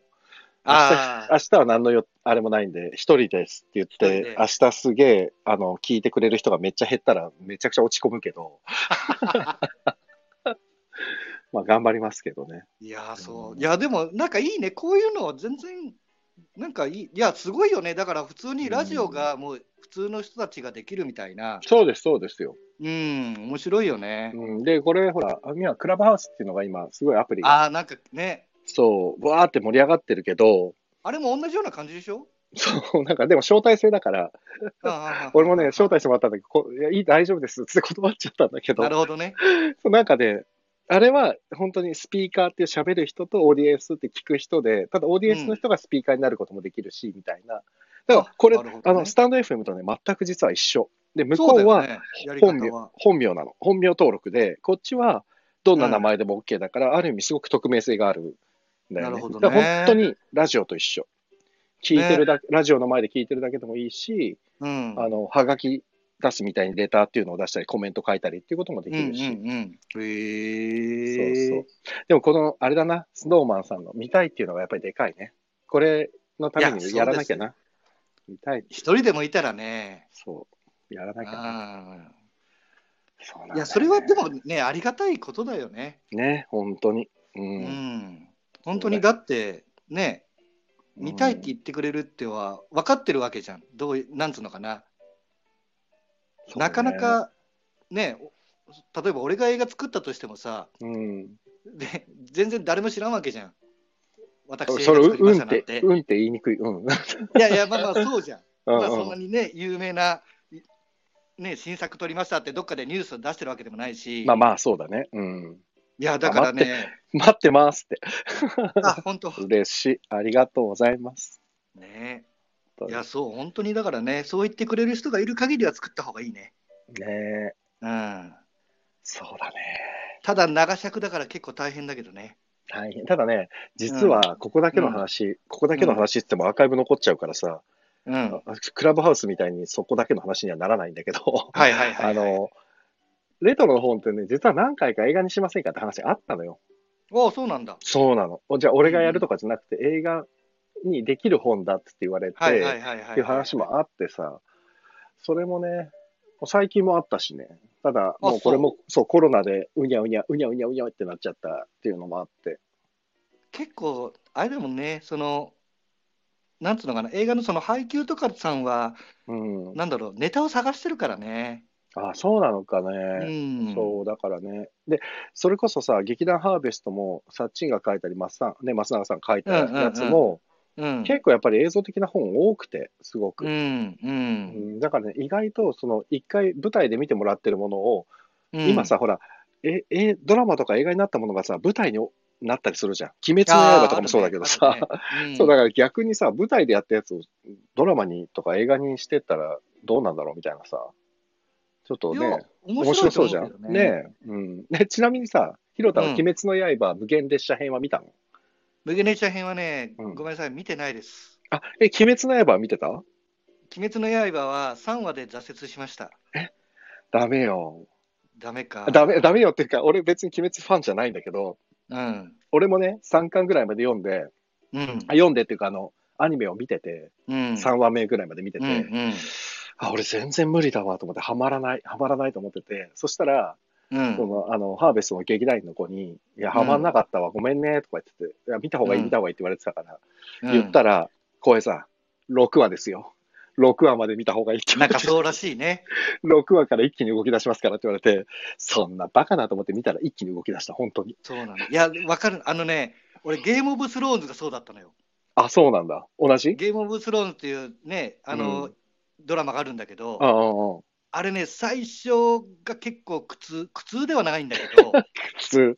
C: あ
A: 明日は何のよあれもないんで、一人ですって言っ
C: 一
A: て、
C: 人で
A: 明日すげえ、あの、聞いてくれる人がめっちゃ減ったら、めちゃくちゃ落ち込むけど、 まあ、頑張りますけどね。
C: ー、いやー、そう。いや、でも、なんかいいね。こういうのは全然、なんかいい。いや、すごいよね。だから、普通にラジオがもう、普通の人たちができるみたいな。
A: そうです、そうですよ。
C: うん、面白いよね。
A: うん、で、これ、ほら、今、クラブハウスっていうのが今、すごいアプリが、
C: ああ、なんかね、
A: そう、わーって盛り上がってるけど、
C: あれも同じような感じでしょ
A: そう、なんか、でも招待制だから、
C: あー
A: 俺もね、招待してもらったんだけど、こいやいい、大丈夫ですっつって断っちゃったんだけど
C: な、るほどね。
A: そうなんかね、あれは本当にスピーカーっていう喋る人とオーディエンスって聞く人で、ただオーディエンスの人がスピーカーになることもできるし、みたいな。だからこれ、
C: なるほど
A: あ
C: ね
A: の、スタンド FM とね、全く実は一緒。で、向こ
C: そううだよ
A: は
C: ね、やり方
A: 本名、
C: は。
A: 本名なの。本名登録で、こっちはどんな名前でも OK だから、ある意味すごく匿名性があるんだよね。
C: なるほどね
A: だから本当にラジオと一緒。聞いてるだけ、ラジオの前で聞いてるだけでもいいし、
C: うん。
A: あの、はがき出すみたいにレターっていうのを出したり、コメント書いたりっていうこともで
C: うん
A: き
C: う
A: るし。
C: んうん。
A: そう
C: へ
A: そう。でもこの、あれだな、スノーマンさんの見たいっていうのがやっぱりでかいね。これのため
C: いや
A: にやらなきゃな。見たい。
C: 一人でもいたらね。
A: そう。やらなきゃな。
C: あ
A: そうなんだよ
C: あ
A: ね
C: いや、それはでもね、ありがたいことだよね。
A: ね、本当に。う。
C: うんん。本当に、だって、ね、見たいって言ってくれるっては分かってるわけじゃん。どういなんつうのかな。
A: そうね
C: なかな、かねお例えば俺が映画作ったとしてもさ
A: うん。
C: で全然誰も知らんわけじゃん私映
A: それ、
C: 画作りま
A: う
C: し
A: ん
C: た
A: っ
C: な
A: て
C: んて、
A: うんって言いにくい。うん。
C: いやいやまあまあそうじゃんまあそんな
A: うん
C: にね有名ないね新作撮りましたってどっかでニュース出してるわけでもないし、
A: まあまあ、そうだね。うん。
C: いやだからね
A: 待ってますって。
C: あ本当
A: 嬉しい。ありがとうございます。
C: ね
A: と
C: い
A: ね
C: やそう本当にだからねそう言ってくれる人がいる限りは作った方がいいね
A: え
C: うん
A: そうだね。
C: ただ長尺だから結構大変だけどね
A: 大変。ただね、実は、ここだけの話、ここだけの話って言ってもアーカイブ残っちゃうからさ、
C: うんはい
A: あクラブハウスみたいにそこだけの話にはならないんだけど、
C: はいはい、はい、
A: あの、レトロの本ってね、実は何回か映画にしませんかって話あったのよ。
C: おそうなんだ
A: そうなの。じゃあ、俺がやるとかじゃなくて、映画にできる本だっつって言われて、
C: はいはいはいはい、はい、
A: っていう話もあってさ、それもね、最近もあったしね、ただ、もうこれも、そう、コロナでうにゃうにゃ、うにゃうにゃうにゃってなっちゃったっていうのもあって、
C: 結構あれでもんねそのなんつうのかな映画のその配給とかさんは
A: うん。
C: なんだろうネタを探してるからね、
A: あ、そうなのか
C: う
A: ね。
C: ん、
A: そう、だからね。で、それこそさ、劇団ハーベストも、サッチンが書いたり、松さん、ね、松永さん書いたやつも、
C: う、うん、
A: 結構やっぱり映像的な本多くて、すごく
C: う。んう
A: うんんだからね、意外と、その、一回舞台で見てもらってるものを、
C: うん、
A: 今さ、ほら、え、え、ドラマとか映画になったものがさ、舞台になったりするじゃん。鬼滅の刃とかもそうだけどさ、そう、だ
C: だ
A: から逆にさ、舞台でやったやつをドラマにとか映画にしてったらどうなんだろうみたいなさ、ちょっとね、面
C: 面白
A: 白
C: いと
A: そう
C: 思
A: じゃ
C: うけ
A: ん
C: ど。
A: ね
C: ね
A: えうん。ねちなみにさ、ヒロタの
C: うん
A: 鬼滅の刃、無限列車編は見たの
C: 無限列車編はね、
A: うん
C: ごめんなさい見てないです
A: あ、え、鬼滅の刃見てた
C: 鬼滅の刃は3話で挫折しました
A: ダメよ。
C: ダメか
A: ダメ、ダメよっていうか、俺別に鬼滅ファンじゃないんだけど、
C: うん
A: 俺もね、3巻ぐらいまで読んで、
C: うん
A: あ読んでっていうか、あの、アニメを見てて、
C: うん
A: 3話目ぐらいまで見て
C: う
A: て、
C: んうん
A: あ、俺全然無理だわと思って、ハマらない、ハマらないと思ってて、そしたら、
C: うん
A: その、あの、ハーベストの劇団員の子に、いや、ハマんなかったわ、ごめんね、とか言ってて、いや、見た方がいい、
C: うん
A: 見た方がいいって言われてたから、
C: うん
A: 言ったら、浩平さん、6話ですよ。6話まで見た方がいいって言
C: な
A: わ
C: ん
A: れ
C: か
A: て、
C: そうらしいね
A: 6話から一気に動き出しますからって言われて、そんなバカなと思って見たら一気に動き出した、本当に。
C: そうなんだ。いや、わかる。あのね、俺、ゲームオブスローンズがそうだったのよ。
A: あ、そうなんだ。同じ
C: ゲームオブスローンズっていうね、あの、
A: うん
C: ドラマがあるんだけど、
A: ああ、ああ
C: あれね、最初が結構苦痛、苦痛ではないんだけど、
A: 普通。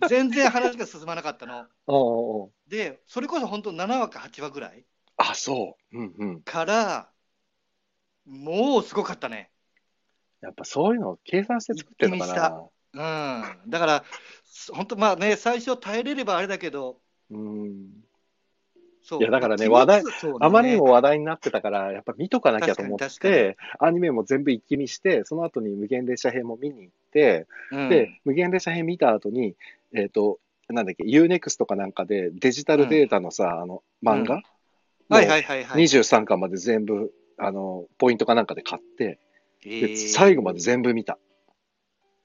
A: あ
C: 全然話が進まなかったの。
A: ああ
C: で、それこそ本当7話か8話ぐらい
A: あ、あそう。うんうん。
C: から、もうすごかったね。
A: やっぱそういうのを計算して作ってるのか
C: 一気に
A: な。
C: うん。だから、本当まあね、最初耐えれればあれだけど、
A: うん。
C: そう。
A: いやだからね
C: 鬼滅
A: 話題、
C: そうだね
A: あまりにも話題になってたから、やっぱ見とかなきゃと思っ
C: 確かに確
A: て、アニメも全部一気見して、その後に無限列車編も見に行って、
C: うん
A: で、無限列車編見た後に、えっ、と、なんだっけ、UNEXT とかなんかでデジタルデータのさ、あの、漫
C: う
A: 画、
C: はいはいはいはい。
A: 23巻まで全部、あの、ポイントかなんかで買って、で
C: えー
A: 最後まで全部見た。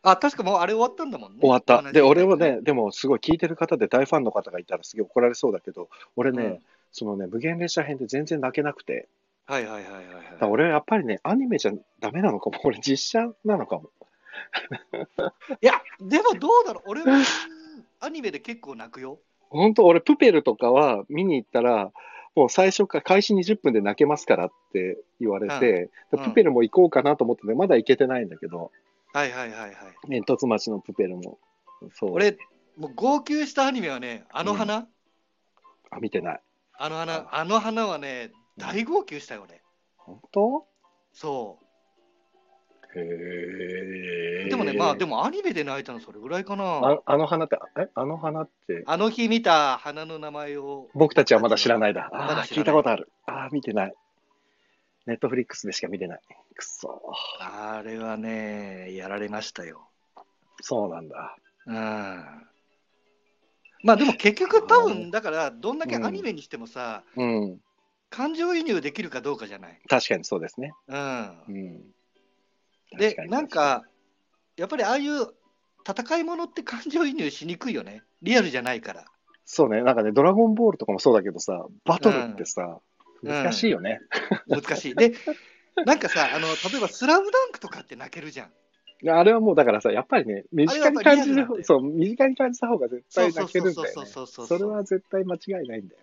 C: あ、確かもうあれ終わったんだもんね。
A: 終わった。
C: 同じ
A: で、俺はね、でもすごい聞いてる方で大ファンの方がいたらすげえ怒られそうだけど、俺ね、
C: うん
A: そのね、無限列車編で全然泣けなくて、
C: はいはいはいはい
A: だから
C: は
A: 俺はやっぱりね、アニメじゃダメなのかも、 俺実写なのかも。
C: い。いや、でもどうだろう、俺はアニメで結構泣くよ。
A: 本当俺、プペルとかは見に行ったら、もう最初から開始20分で泣けますからって言われて、
C: うん
A: でプペルも行こうかなと思ってて、まだ行けてないんだけど、
C: はいはいはいはい。
A: 煙突町のプペルも、そう、
C: 俺、もう号泣したアニメはね、あの花、
A: あ見てない。
C: あの花、あの花はね、大号泣したよね。
A: 本当
C: そ
A: へ
C: う。でもね、まあで
A: も
C: もアニメで泣いたのそれぐらいかな。
A: あ。あの花って、えあの花って、
C: あの日見た花の名前を。
A: 僕たちはまだ知らないだ。
C: ま
A: あ
C: だ
A: あー、
C: 知らない
A: 聞いたことある。ああ、見てない。ネットフリックスでしか見れない。くそ
C: あれはね、やられましたよ。
A: そうなんだ。
C: うん。まあでも結局多
A: う
C: 分、だから、どんだけアニメにしてもさ、
A: うん。
C: 感情移入できるかどうかじゃない。
A: 確かにそうですね。う。
C: うんん。で
A: 確か、に
C: なん、か、やっぱりああいう戦いものって感情移入しにくいよね。リアルじゃないから。
A: そうね。なんかね、ドラゴンボールとかもそうだけどさ、バトルってさ、
C: うん
A: 難しいよね。
C: 難しい。で、なんかさ、あの、例えば、スラムダンクとかって泣けるじゃん。
A: あれはもうだからさ、やっぱりね、身近に感じ
C: あれ
A: る
C: はやっぱリアルなんだよ、
A: そう、身近に感じた方が絶対泣けるんだよね。
C: そうそうそうそうそうそ
A: そうれは絶対間違いないんだよ。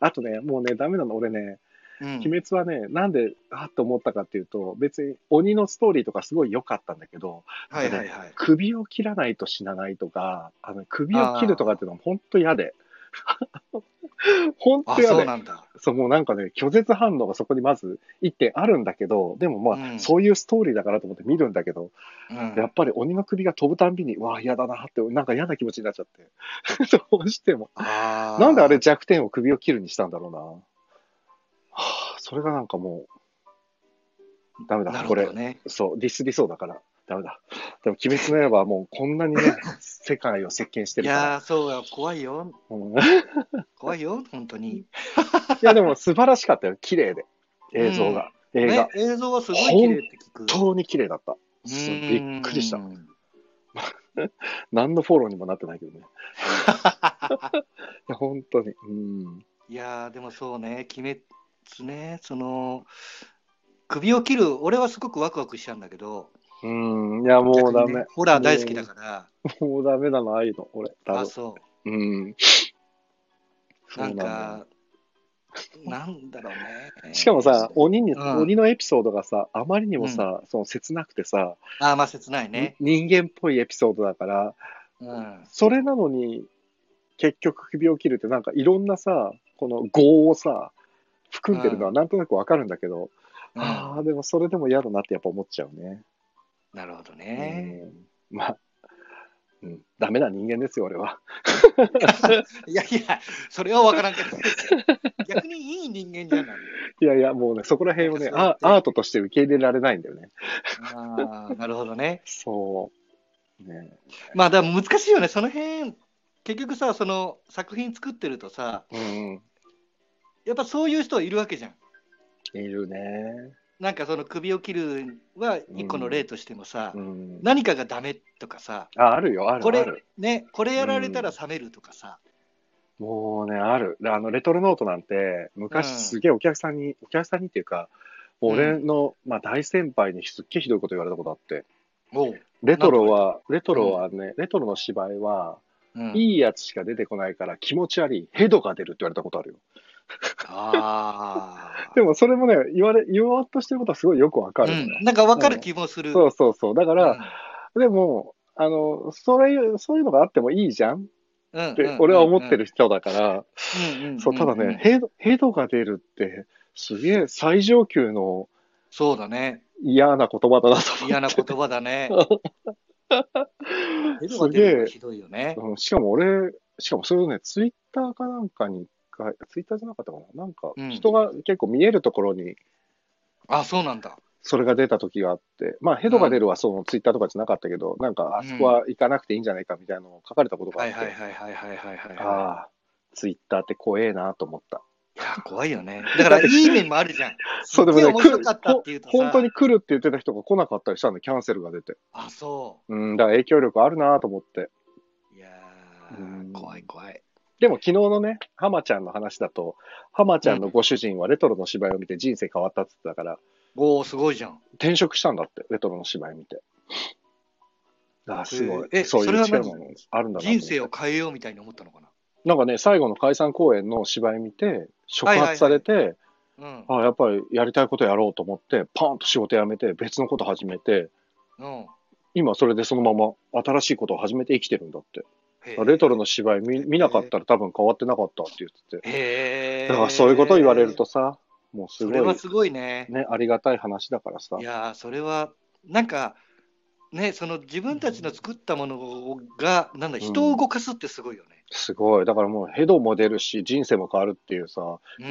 A: あとね、もうね、ダメなの、俺ね、
C: うん
A: 鬼滅はね、なんで、あっと思ったかっていうと、別に鬼のストーリーとかすごい良かったんだけど、
C: はいはいはい。
A: 首を切らないと死なないとか、あの首を切るとかっていうのは本当嫌で。 本
C: あ、
A: 当嫌
C: そ
A: で
C: う。なんだ。
A: そう、もうなんかね、拒絶反応がそこにまず一点あるんだけど、でもまあ、
C: うん
A: そういうストーリーだからと思って見るんだけど、
C: うん
A: やっぱり鬼の首が飛ぶたんびに、わあ、嫌だなって、なんか嫌な気持ちになっちゃって。 どうしても。
C: あー
A: なんであれ弱点を首を切るにしたんだろうな。はあ、それがなんかもう、ダメだ、
C: な
A: こ
C: るほ
A: れ
C: ど、ね。
A: そう、ディスりそうだから、ダメだ。でも、鬼滅の刃はもうこんな にね、世界を席巻して
C: い
A: るから。
C: やー、そうよ、怖いよ。
A: うんい
C: 怖いよ、本当に。
A: や、でも素晴らしかったよ、綺麗で。映像が。映画
C: ね。、映像はすごい綺麗って聞く。
A: 本当に綺麗だった。す
C: うん
A: びっくりした。何のフォローにもなってない けどね。いや、本当に。うん。
C: いやー、でもそうね、鬼滅ね、その、首を切る、俺はすごくワクワクしちゃうんだけど、
A: うん。いや、もうダ
C: 逆に
A: メ
C: ね。ホラー大好きだから、
A: もうダメだな、ああいうの、俺。多
C: あ、
A: 分
C: そ
A: うん。
C: う、な
A: そ
C: ん
A: うだよ
C: か、なんだろ うね。
A: しかもさ、鬼に、
C: うん
A: 鬼のエピソードがさ、あまりにもさ、その切なくてさ、
C: あー、まあ、切ないね。
A: 人間っぽいエピソードだから、
C: うん。
A: それなのに、結局首を切るって、なんかいろんなさ、この業をさ、含んでるのはなんとなくわかるんだけど、
C: うん
A: ああ、でもそれでも嫌だなってやっぱ思っちゃうね。
C: なるほどね。
A: うんまあ、うん、ダメな人間ですよ、俺は。
C: いやいや、それは分からんけ ど、逆にいい人間じゃない。
A: いやいや、もうね、そこら辺をね、
C: そうや
A: ア
C: って
A: アートとして受け入れられないんだよね。
C: ああ、なるほどね。
A: そう。ね、
C: まあ、だから難しいよね、その辺結局さ、その作品作ってるとさ、
A: うん、
C: やっぱそういう人はいるわけじゃん。
A: いるね。
C: なんかその首を切るは一個の例としてもさ、
A: うん、
C: 何かがダメとかさ、
A: ああるよ、ある
C: こ
A: あ
C: れ
A: る。
C: ね、これやられたら冷めるとかさ、
A: もうね、ある。あの、レトロノートなんて、昔
C: うん
A: すげえお客さんに、お客さんにっていうか、もう俺の、まあ、大先輩にすっげえひどいこと言われたことあって、
C: おう
A: レトロは、レトロはね、レトロの芝居は、
C: うん
A: いいやつしか出てこないから気持ち悪い、ヘドが出るって言われたことあるよ。
C: あ
A: でもそれもね、言われ、言おうとしてることはすごいよくわか
C: あ、
A: るのよ、
C: うん、なんか分かる気もする。
A: そうそうそう。だか
C: うん
A: ら、でも、あの、それ、そういうのがあってもいいじゃんっ
C: うんうん
A: て、俺は思ってる人だから、
C: うんうん
A: そう、ただ
C: うんうん
A: ね、ヘド、ヘドが出るって、すげえ最上級の
C: そうだね。
A: 嫌な言葉だなと思って
C: 嫌な言葉 だね。
A: すげえ
C: ひどいよね。
A: うんしかも俺、しかもそれをね、ツイッターかなんかに、かツイッターじゃなかったかななんか
C: うん、
A: 人が結構見えるところに、
C: あ、そうなんだ。
A: それが出た時があって、まあ、ヘドが出るはそのツイッターとかじゃなかったけど、なんか、あそこは行かなくていいんじゃないかみたいなのを書かれたことがあ
C: は
A: っ
C: い
A: て、
C: はいはいはいはいはいはい。
A: ああ、ツイッターって怖えなと思った。
C: いや、怖いよね。だから、いい面もあるじゃん。
A: そうでもね、
C: すっげえ面白かったっていうとさ
A: ほん本当に来るって言ってた人が来なかったりしたんで、キャンセルが出て。
C: あ、そ
A: うん、だから影響力あるなと思って。
C: う。いや
A: うん
C: ー、怖い怖い。
A: でも昨日のね、ハマちゃんの話だと、ハマちゃんのご主人はレトロの芝居を見て人生変わったって言ってたから、
C: おー、すごいじゃん。
A: 転職したんだって、レトロの芝居見て。ああ、すごい。
C: ええ
A: そう
C: そ
A: い
C: れ
A: う
C: は
A: 力
C: 何
A: もあるんだなと思って
C: 人生を変えようみたいに思ったのかな。
A: なんかね、最後の解散公演の芝居見て、触発されて、
C: うん。
A: あやっぱりやりたいことやろうと思って、パーンと仕事辞めて、別のこと始めて、
C: うん
A: 今それでそのまま新しいことを始めて生きてるんだって。
C: へー
A: レトロの芝居見見なかったら多分変わってなかったって言ってて。
C: へえ。
A: だからそういうことを言われると。さ、もうす
C: そ
A: ご、
C: れはいすごいね。
A: ね、ありがたい話だからさ
C: い。やー、それは、なんか、ね、その自分たちの作ったものが、なんだ、人を動かすってすごいよね。
A: すごい。だからもうヘドも出るし、人生も変わるっていうさ、
C: うん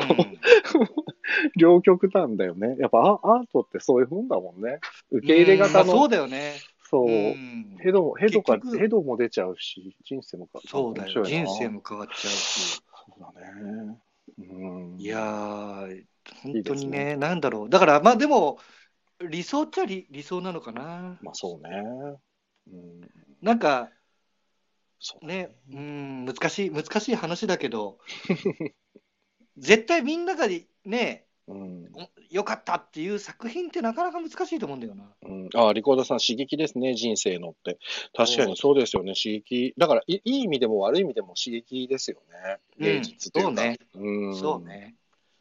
A: 両極端だよね。やっぱアアートってそういうもんだもんね。受け入れ
C: ま
A: 型
C: あそ
A: の
C: う、だよね。
A: そう、
C: うん
A: ヘドも、ヘドか
C: 結、局
A: ヘドも出ちゃうし、人生もか
C: そうだよ。
A: 面白い
C: 人
A: な
C: 生も変わっちゃうし。
A: そうだね。うん。
C: いやー、
A: いい
C: 本
A: で
C: 当
A: す
C: に
A: ね
C: ね、なんだろう。だから、まあでも、理想っちゃ理理想なのかな。
A: まあそうね。うん。
C: なんか
A: そうだ
C: ね、うん、難しい、難しい話だ けど、絶対みんながね、
A: うん。
C: お良かったっていう作品ってなかなか難しいと思うんだよな。
A: うん、ああ、リコーダーさん、刺激ですね、人生のって。確かにそうですよね、刺激。だからい、いい意味でも悪い意味でも刺激ですよね、
C: うん
A: 芸術っていうか。うん
C: そう。ね。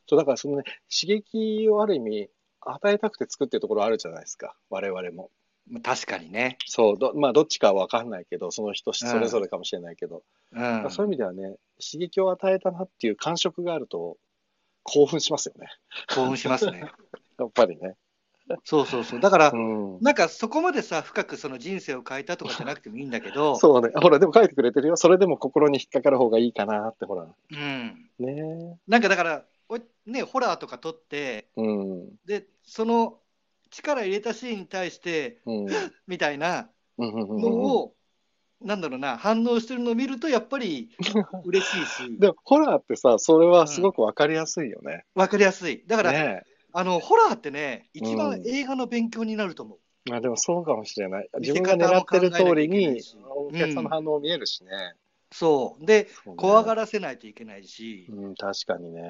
A: そう、だからそのね、刺激をある意味、与えたくて作ってるところあるじゃないですか、我々も。
C: まあ確かにね。
A: そう、どまあ、どっちかは分かんないけど、その人
C: うん
A: それぞれかもしれないけど、
C: うん
A: まあ、そういう意味ではね、刺激を与えたなっていう感触があると、興奮しますよね、
C: 興奮します ね。
A: やっぱりね。
C: そうそうそう。だから
A: う、ん、
C: なんかそこまでさ、深くその人生を変えたとかじゃなくてもいいんだけ ど、
A: そうね、ほら、でも書いてくれてるよ、それでも心に引っかかる方がいいかなって、ほら、
C: うん。
A: ね
C: なんかだから、おね、ホラーとか撮って、
A: うん、
C: で、その力入れたシーンに対して、
A: うん、
C: みたいな、
A: うんうん
C: の
A: うんうん
C: を、なんだろうな、反応してるのを見ると、やっぱ り嬉しいし、
A: でも、ホラーってさ、それはすごく分かりやすいよね。
C: わかりやすい。だから、
A: ね
C: あの、ホラーってね、一
A: う
C: 番
A: ん
C: 映画の勉強になると思う。
A: まあでもそうかもしれない。
C: 見
A: 自
C: せ
A: 分
C: 方
A: が
C: も
A: 狙ってる通り
C: 考えなきゃいけな
A: に
C: いし、
A: お客さんの反応見えるしね。
C: そう。で、
A: そうね
C: 怖がらせないといけないし、
A: うん、確かにね。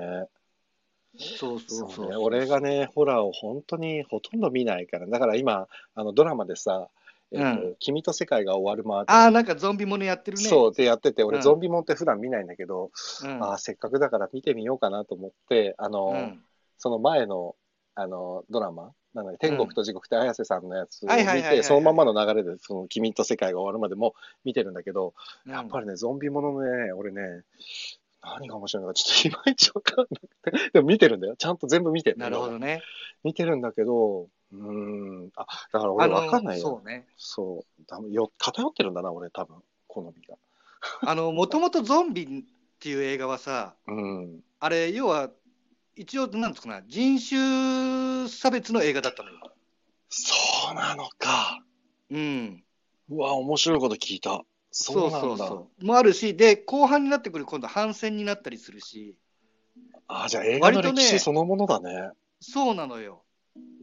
C: そうそ
A: そ
C: うそうう
A: ね。俺がね、ホラーを本当にほとんど見ないから。だから今、あのドラマでさ、えっと
C: うん
A: 君と世界が終わるまで、
C: ああ、なんかゾンビものやってるね。
A: そうってやってて、俺、
C: うん
A: ゾンビもんって普段見ないんだけど、
C: うん。
A: ああ、せっかくだから見てみようかなと思って、あの、
C: うん
A: その前の、あの、ドラマ、なんだっけ天国と地獄って綾瀬さんのやつを
C: はい
A: 見
C: はいはいはいは
A: て、
C: い
A: そのまんまの流れで、その君と世界が終わるまでも見てるんだけど、
C: うん
A: やっぱりね、ゾンビもののね、俺ね、何が面白いのかちょっといまいちわかんなくて、でも見てるんだよ。ちゃんと全部見てるんだ
C: な
A: よ
C: るほどね。
A: 見てるんだけど、うーん、あ、だから俺わかんないよ。
C: そうね。
A: そうだよ。偏ってるんだな、俺、多分、好みが。
C: あの、もともとゾンビっていう映画はさ、
A: うん。
C: あれ、要は、一応、なんつうかな、人種差別の映画だったのよ。
A: そうなのか。
C: うん。
A: うわ、面白いこと聞いた。そうなんだ。
C: うもあるし、で、後半になってくる今度反戦になったりするし、
A: あ、じゃあ映画の
C: 割
A: 歴
C: とね
A: 史そのものだね。
C: そうなのよ。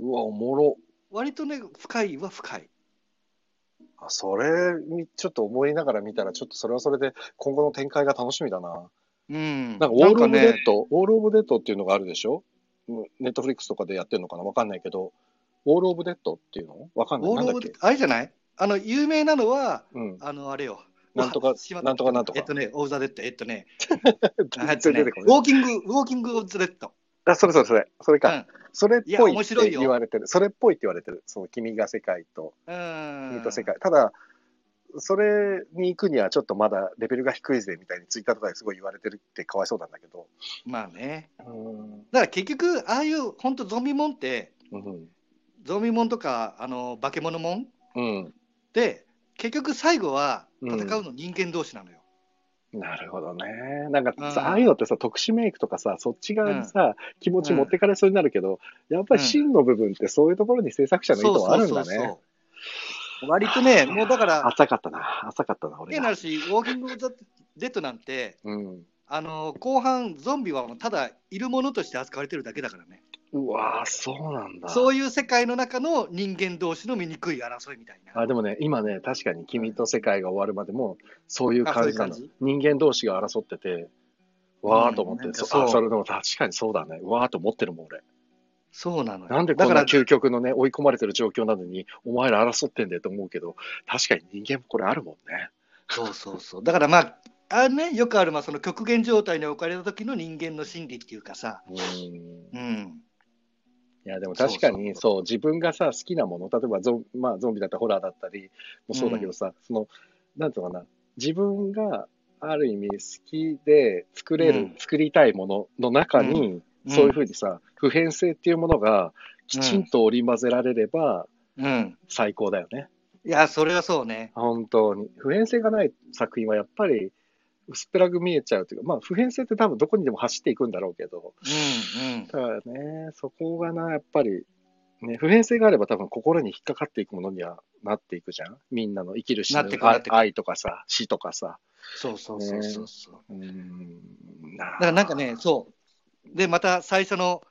A: うわ、おもろ。
C: 割とね、深いは深い。
A: あそれ、みちょっと思いながら見たら、ちょっとそれはそれで今後の展開が楽しみだな。
C: うん。
A: なんか、ウォール・オブ・デッ
C: ね、
A: ド、ウォール・オブ・デッドっていうのがあるでしょネットフリックスとかでやってるのかなわかんないけど、ウォール・オブ・デッドっていうのわかんない。
C: ウォ
A: なん
C: ー
A: だ
C: ル・
A: っ
C: オブ
A: け
C: あれじゃないあの、有名なのは、
A: うん。
C: あの、あれよ。
A: なんとか
C: あしまっ
A: なんとかなんとか
C: えっとね、オブ・ザ・デッド、えっとね、あえ
A: 全
C: っと
A: 然
C: ね
A: 出
C: ウ
A: てこない。
C: ォーキング、ウォーキング・オブ・ザ・デッド。
A: あ、それそれそれ。それ
C: う
A: か。
C: ん。
A: それっぽ
C: いや
A: い
C: 面
A: っ
C: 白
A: て
C: いよ
A: 言われてる。それっぽいって言われてる。その君が世界と、
C: うん
A: 君と世界。ただ、それに行くにはちょっとまだレベルが低いぜみたいにツイッターとかですごい言われてるってかわいそうなんだけど。
C: まあね。
A: うん。
C: だから結局、ああいう、本当ゾンビもんって、
A: うん。
C: ゾンビもんとか、あの、化け物もんっ
A: うん。
C: て、結局最後は戦うの人間同士なのよ。
A: なるほどね。なんか
C: うん
A: さ、ああいうのってさ、特殊メイクとかさ、そっち側にさ、気持ち持ってかれそうになるけど、やっぱり真の部分ってそういうところに制作者の意図はあるんだね。
C: う。割とね、もうだから、
A: 浅かったな、浅かったな、
C: って
A: 俺
C: な
A: が。
C: るし、ウォーキング・ザ・デッドなんて、
A: うん。
C: あの後半、ゾンビはもうただいるものとして扱われてるだけだからね、
A: うわぁ、そうなんだ。
C: そういう世界の中の人間同士の醜い争いみたいな、
A: あでもね、今ね、確かに君と世界が終わるまでも、そういう感じなの
C: あそういう。
A: 人間同士が争ってて、わーと思って、
C: うん
A: そ
C: そう
A: あそれでも確かにそうだね。わーと思ってるもん、俺。
C: そうなのよ
A: なんでこ
C: だ
A: ん
C: か
A: な
C: ら、
A: 究極のね、追い込まれてる状況なのに、お前ら争ってんでと思うけど、確かに人間もこれあるもんね。
C: そうそうそう、だからまあ、あれね、よくある、まあ、その極限状態に置かれた時の人間の心理っていうかさ、
A: うーん。
C: うん、
A: いやでも確かに
C: そうそう
A: そう自分がさ好きなもの例えばゾ,、まあ、ゾンビだったりホラーだったりもそうだけどさ、そのなんていうのかな自分がある意味好きで作れる、
C: うん
A: 作りたいものの中に、
C: うん
A: そういうふうにさ普遍性っていうものがきちんと織り交ぜられれば
C: うん、
A: 最高だよね、
C: いや、それはそうね、
A: 本当に普遍性がない作品はやっぱり薄っぺらく見えちゃうというか、まあ、普遍性って多分どこにでも走っていくんだろうけど、
B: うん
A: ただね、そこがな、やっぱり、ね、普遍性があれば多分心に引っかかっていくものにはなっていくじゃんみんなの生きる死
C: なっ
A: ぬ
C: てくなっ
A: 愛
C: てく
A: 愛とかさ、死とかさ。
C: そうそうそうそうそう。
A: うーん、な
C: だからなんかね、そう。で、また最初の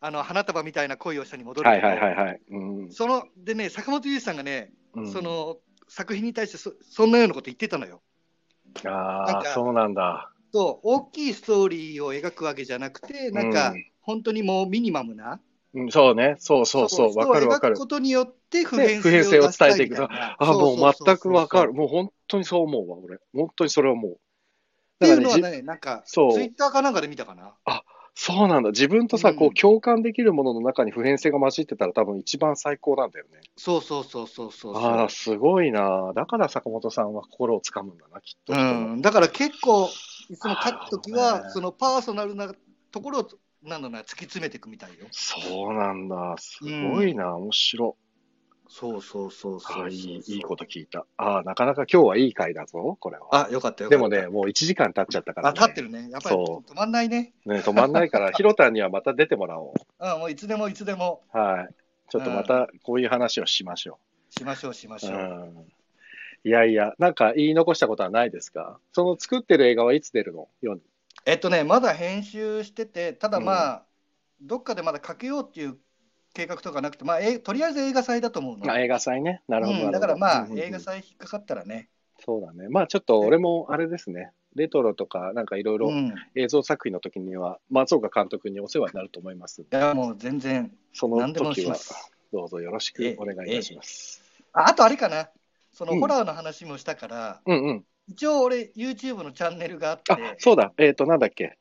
C: あの花束みたいな恋をしたに戻る
A: は
C: け
A: い
C: ど
A: はいはいはい。うん
C: そのでね、坂本龍一さんがね、
A: うん、
C: その作品に対してそそんなようなこと言ってたのよ。な
A: あ
C: ん
A: あ、
C: か
A: そうなんだ。
C: そう大きいストーリーを描くわけじゃなくて、なんか、
A: うん
C: 本当にもうミニマムな、
A: うん、そうね、そうそうそう、
C: 人
A: わ
C: を
A: かるわか
C: 描
A: る
C: くこ。とによって普
A: ね
C: 遍
A: 普遍性を
C: 出した
A: 伝えていく
C: みたな
A: あ、もう全くわか。る。
C: っ
A: もう本当にそう思うわ、俺。本当にそれはもう。
C: て
A: だ
C: い
A: か
C: う
A: ら
C: の
A: ね、
C: は
A: じ
C: ね、なんか、ツイ
A: そう
C: ッターかなんかで見たかな。
A: そうなんだ。自分とさ、
C: うん
A: こう共感できるものの中に普遍性が混じってたら多分一番最高なんだよね。
C: そうそうそうそうそうそう。
A: ああ、すごいな。だから坂本さんは心をつかむんだな、きっと。
C: うん、だから結構、いつも書くとき
A: あー
C: は、そのパーソナルなところをなんだろうな突き詰めていくみたいよ。
A: そうなんだ。すごいな。面白。
C: そうそうそうそう
A: ああ、いい、いいこと聞いた。ああ、なかなか今日はいい回だぞ、これは。
C: あ、よかったよかった。
A: でもね、もう1時間経っちゃったから、
C: あ、
A: ね。
C: 立ってるね。やっぱり
A: そ
C: 止まんないね。
A: ね、止まんない から、ひろたんにはまた出てもらおう。
C: うん、もういつでもいつでも
A: はい。ちょっとまたこういう話をしましょ
C: しましょうしま
A: う。
C: し
A: う
C: ょう。
A: ん。いやいや、なんか言い残したことはないですかその作ってる映画はいつ出るのよ
C: えっとね、まだ編集してて、ただまあ、どっかでまだ書けようっていう計画とかなくて、まあ、えとりあえず映画祭だと思うの。
A: あ映画祭ね。なるほど。
C: うん、
A: な
C: だか
A: る
C: ら
A: ほど
C: ま
A: う
C: あ
A: んうん、うん
C: 映画祭引っかかったらね。
A: そうだね。まあちょっと俺もあれですね。レトロとかなんかいろいうろ
C: ん、い
A: 映像作品の時には松岡監督にお世話になると思いますんで。
C: やもう全然。
A: その
C: 何でも
A: 時
C: しま
A: は
C: す
A: どうぞよろしくお願いいたします。
C: ああとあれかな、その
A: うん
C: ホラーの話もしたから、
A: うんうん。
C: 一応俺、YouTube のチャンネルがあって
A: あ、、そうだ。えっ、と、なんだっけ。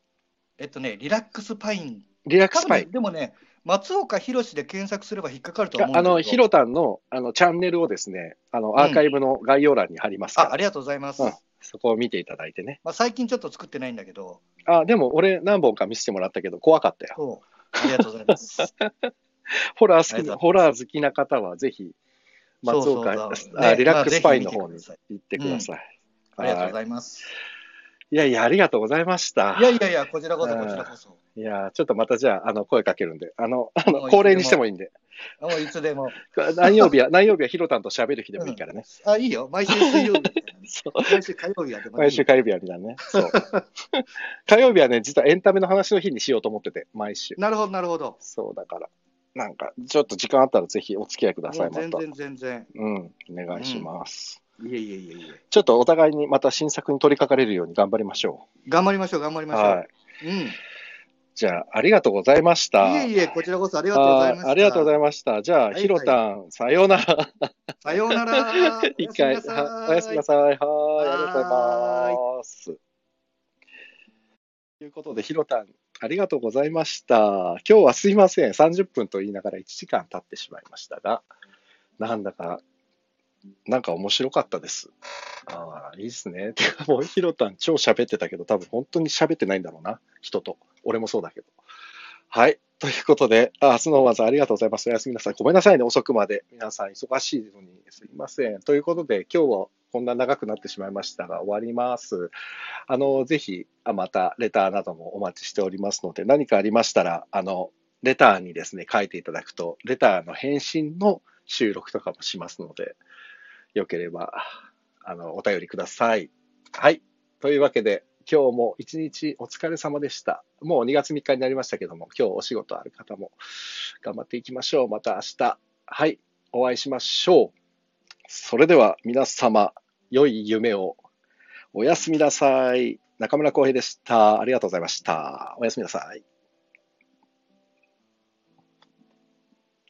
C: えっとね、リラックスパイン、
A: リラック
C: 多
A: スパ
C: 分
A: イ
C: ね、でもね、松岡弘で検索すれば引っかかると思うんだ
A: あ
C: けど
A: の、ひろたんの、あの、チャンネルをですね、あの、アーカイブの概要欄に貼りますから、
C: あありがとうございます、
A: うんそこを見ていただいてね。
C: まあ、最近ちょっと作ってないんだけど、
A: あ、でも俺何本か見せてもらったけど、怖かったよ。
C: そうありがとうござ います。
A: ホラー
C: あ
A: 好
C: り
A: き
C: が
A: な、
C: とう
A: ホラー好きな方は、ぜひ、松岡
C: そうそうそう
A: あ、
C: ね
A: リラックスパイン
C: ま
A: の
C: あぜひ
A: 方
C: 見
A: に
C: てく
A: 行ってく
C: ださい
A: ださい。
C: ありがとうご
A: はい
C: ざいます。
A: いやいや、ありがとうございました。
C: いやいやいや、こちらこそ、こちらこそ。
A: いや、ちょっとまたじゃあ、あの、声かけるんで、あの、あの
C: もう いつでも
A: 恒例にしてもいいんで、
C: もういつでも。
A: 何曜日は、 何曜日はヒロタンと喋 る日でもいいからね。
C: あ、いいよ。毎週水曜日だったらね、
A: そう
C: 毎週火曜日やって
A: 毎週火曜日はみんなね。そう。 火曜日はね、実はエンタメの話の日にしようと思ってて、毎週。
C: なるほど、なるほど。
A: そうだから、なんか、ちょっと時間あったらぜひお付き合いください、
C: もう
A: ま
C: 全
A: た。
C: 然、全然。
A: うん、お願いします。
C: いえいえいえいえ。
A: ちょっとお互いにまた新作に取り掛かれるように頑張りましょ
C: 頑張りましょう、頑張り
A: う。
C: ましょう。
A: はい。
C: うん。
A: じゃあ、ありがとうございました。
C: いえいえ、こちらこそありがとうござい
A: は
C: まし
A: い
C: た。
A: ありがとうござい
C: ま
A: ました。じゃあ、
C: はい
A: ひろたん、さようなら。
C: す。さようなら。
A: 一回、はおやすみなさい。はい、ありがとうございます。ということで、ひろたん、ありがとうございました。今日はすいません、30分と言いながら1時間経ってしまいましたが、なんだか、なんか面白かったです。ああ、いいですね。 てか、もうひろたん、超喋ってたけど、多分本当に喋ってないんだろうな、人と。俺もそうだけど。はい。ということで、あ、スノーマンさんありがとうございます。おやすみなさい。ごめんなさいね、遅くまで。皆さん忙しいのにすいません。ということで、今日はこんな長くなってしまいましたが、終わります。あの、ぜひ、あまたレターなどもお待ちしておりますので、何かありましたら、あの、レターにですね、書いていただくと、レターの返信の収録とかもしますので、よければ、あの、お便りください。はい。というわけで、今日も一日お疲れ様でした。もう2月3日になりましたけども、今日お仕事ある方も頑張っていきましょう。また明日、はい、お会いしましょう。それでは皆様、良い夢を。おやすみなさい。中村浩平でした。ありがとうございました。おやすみなさい。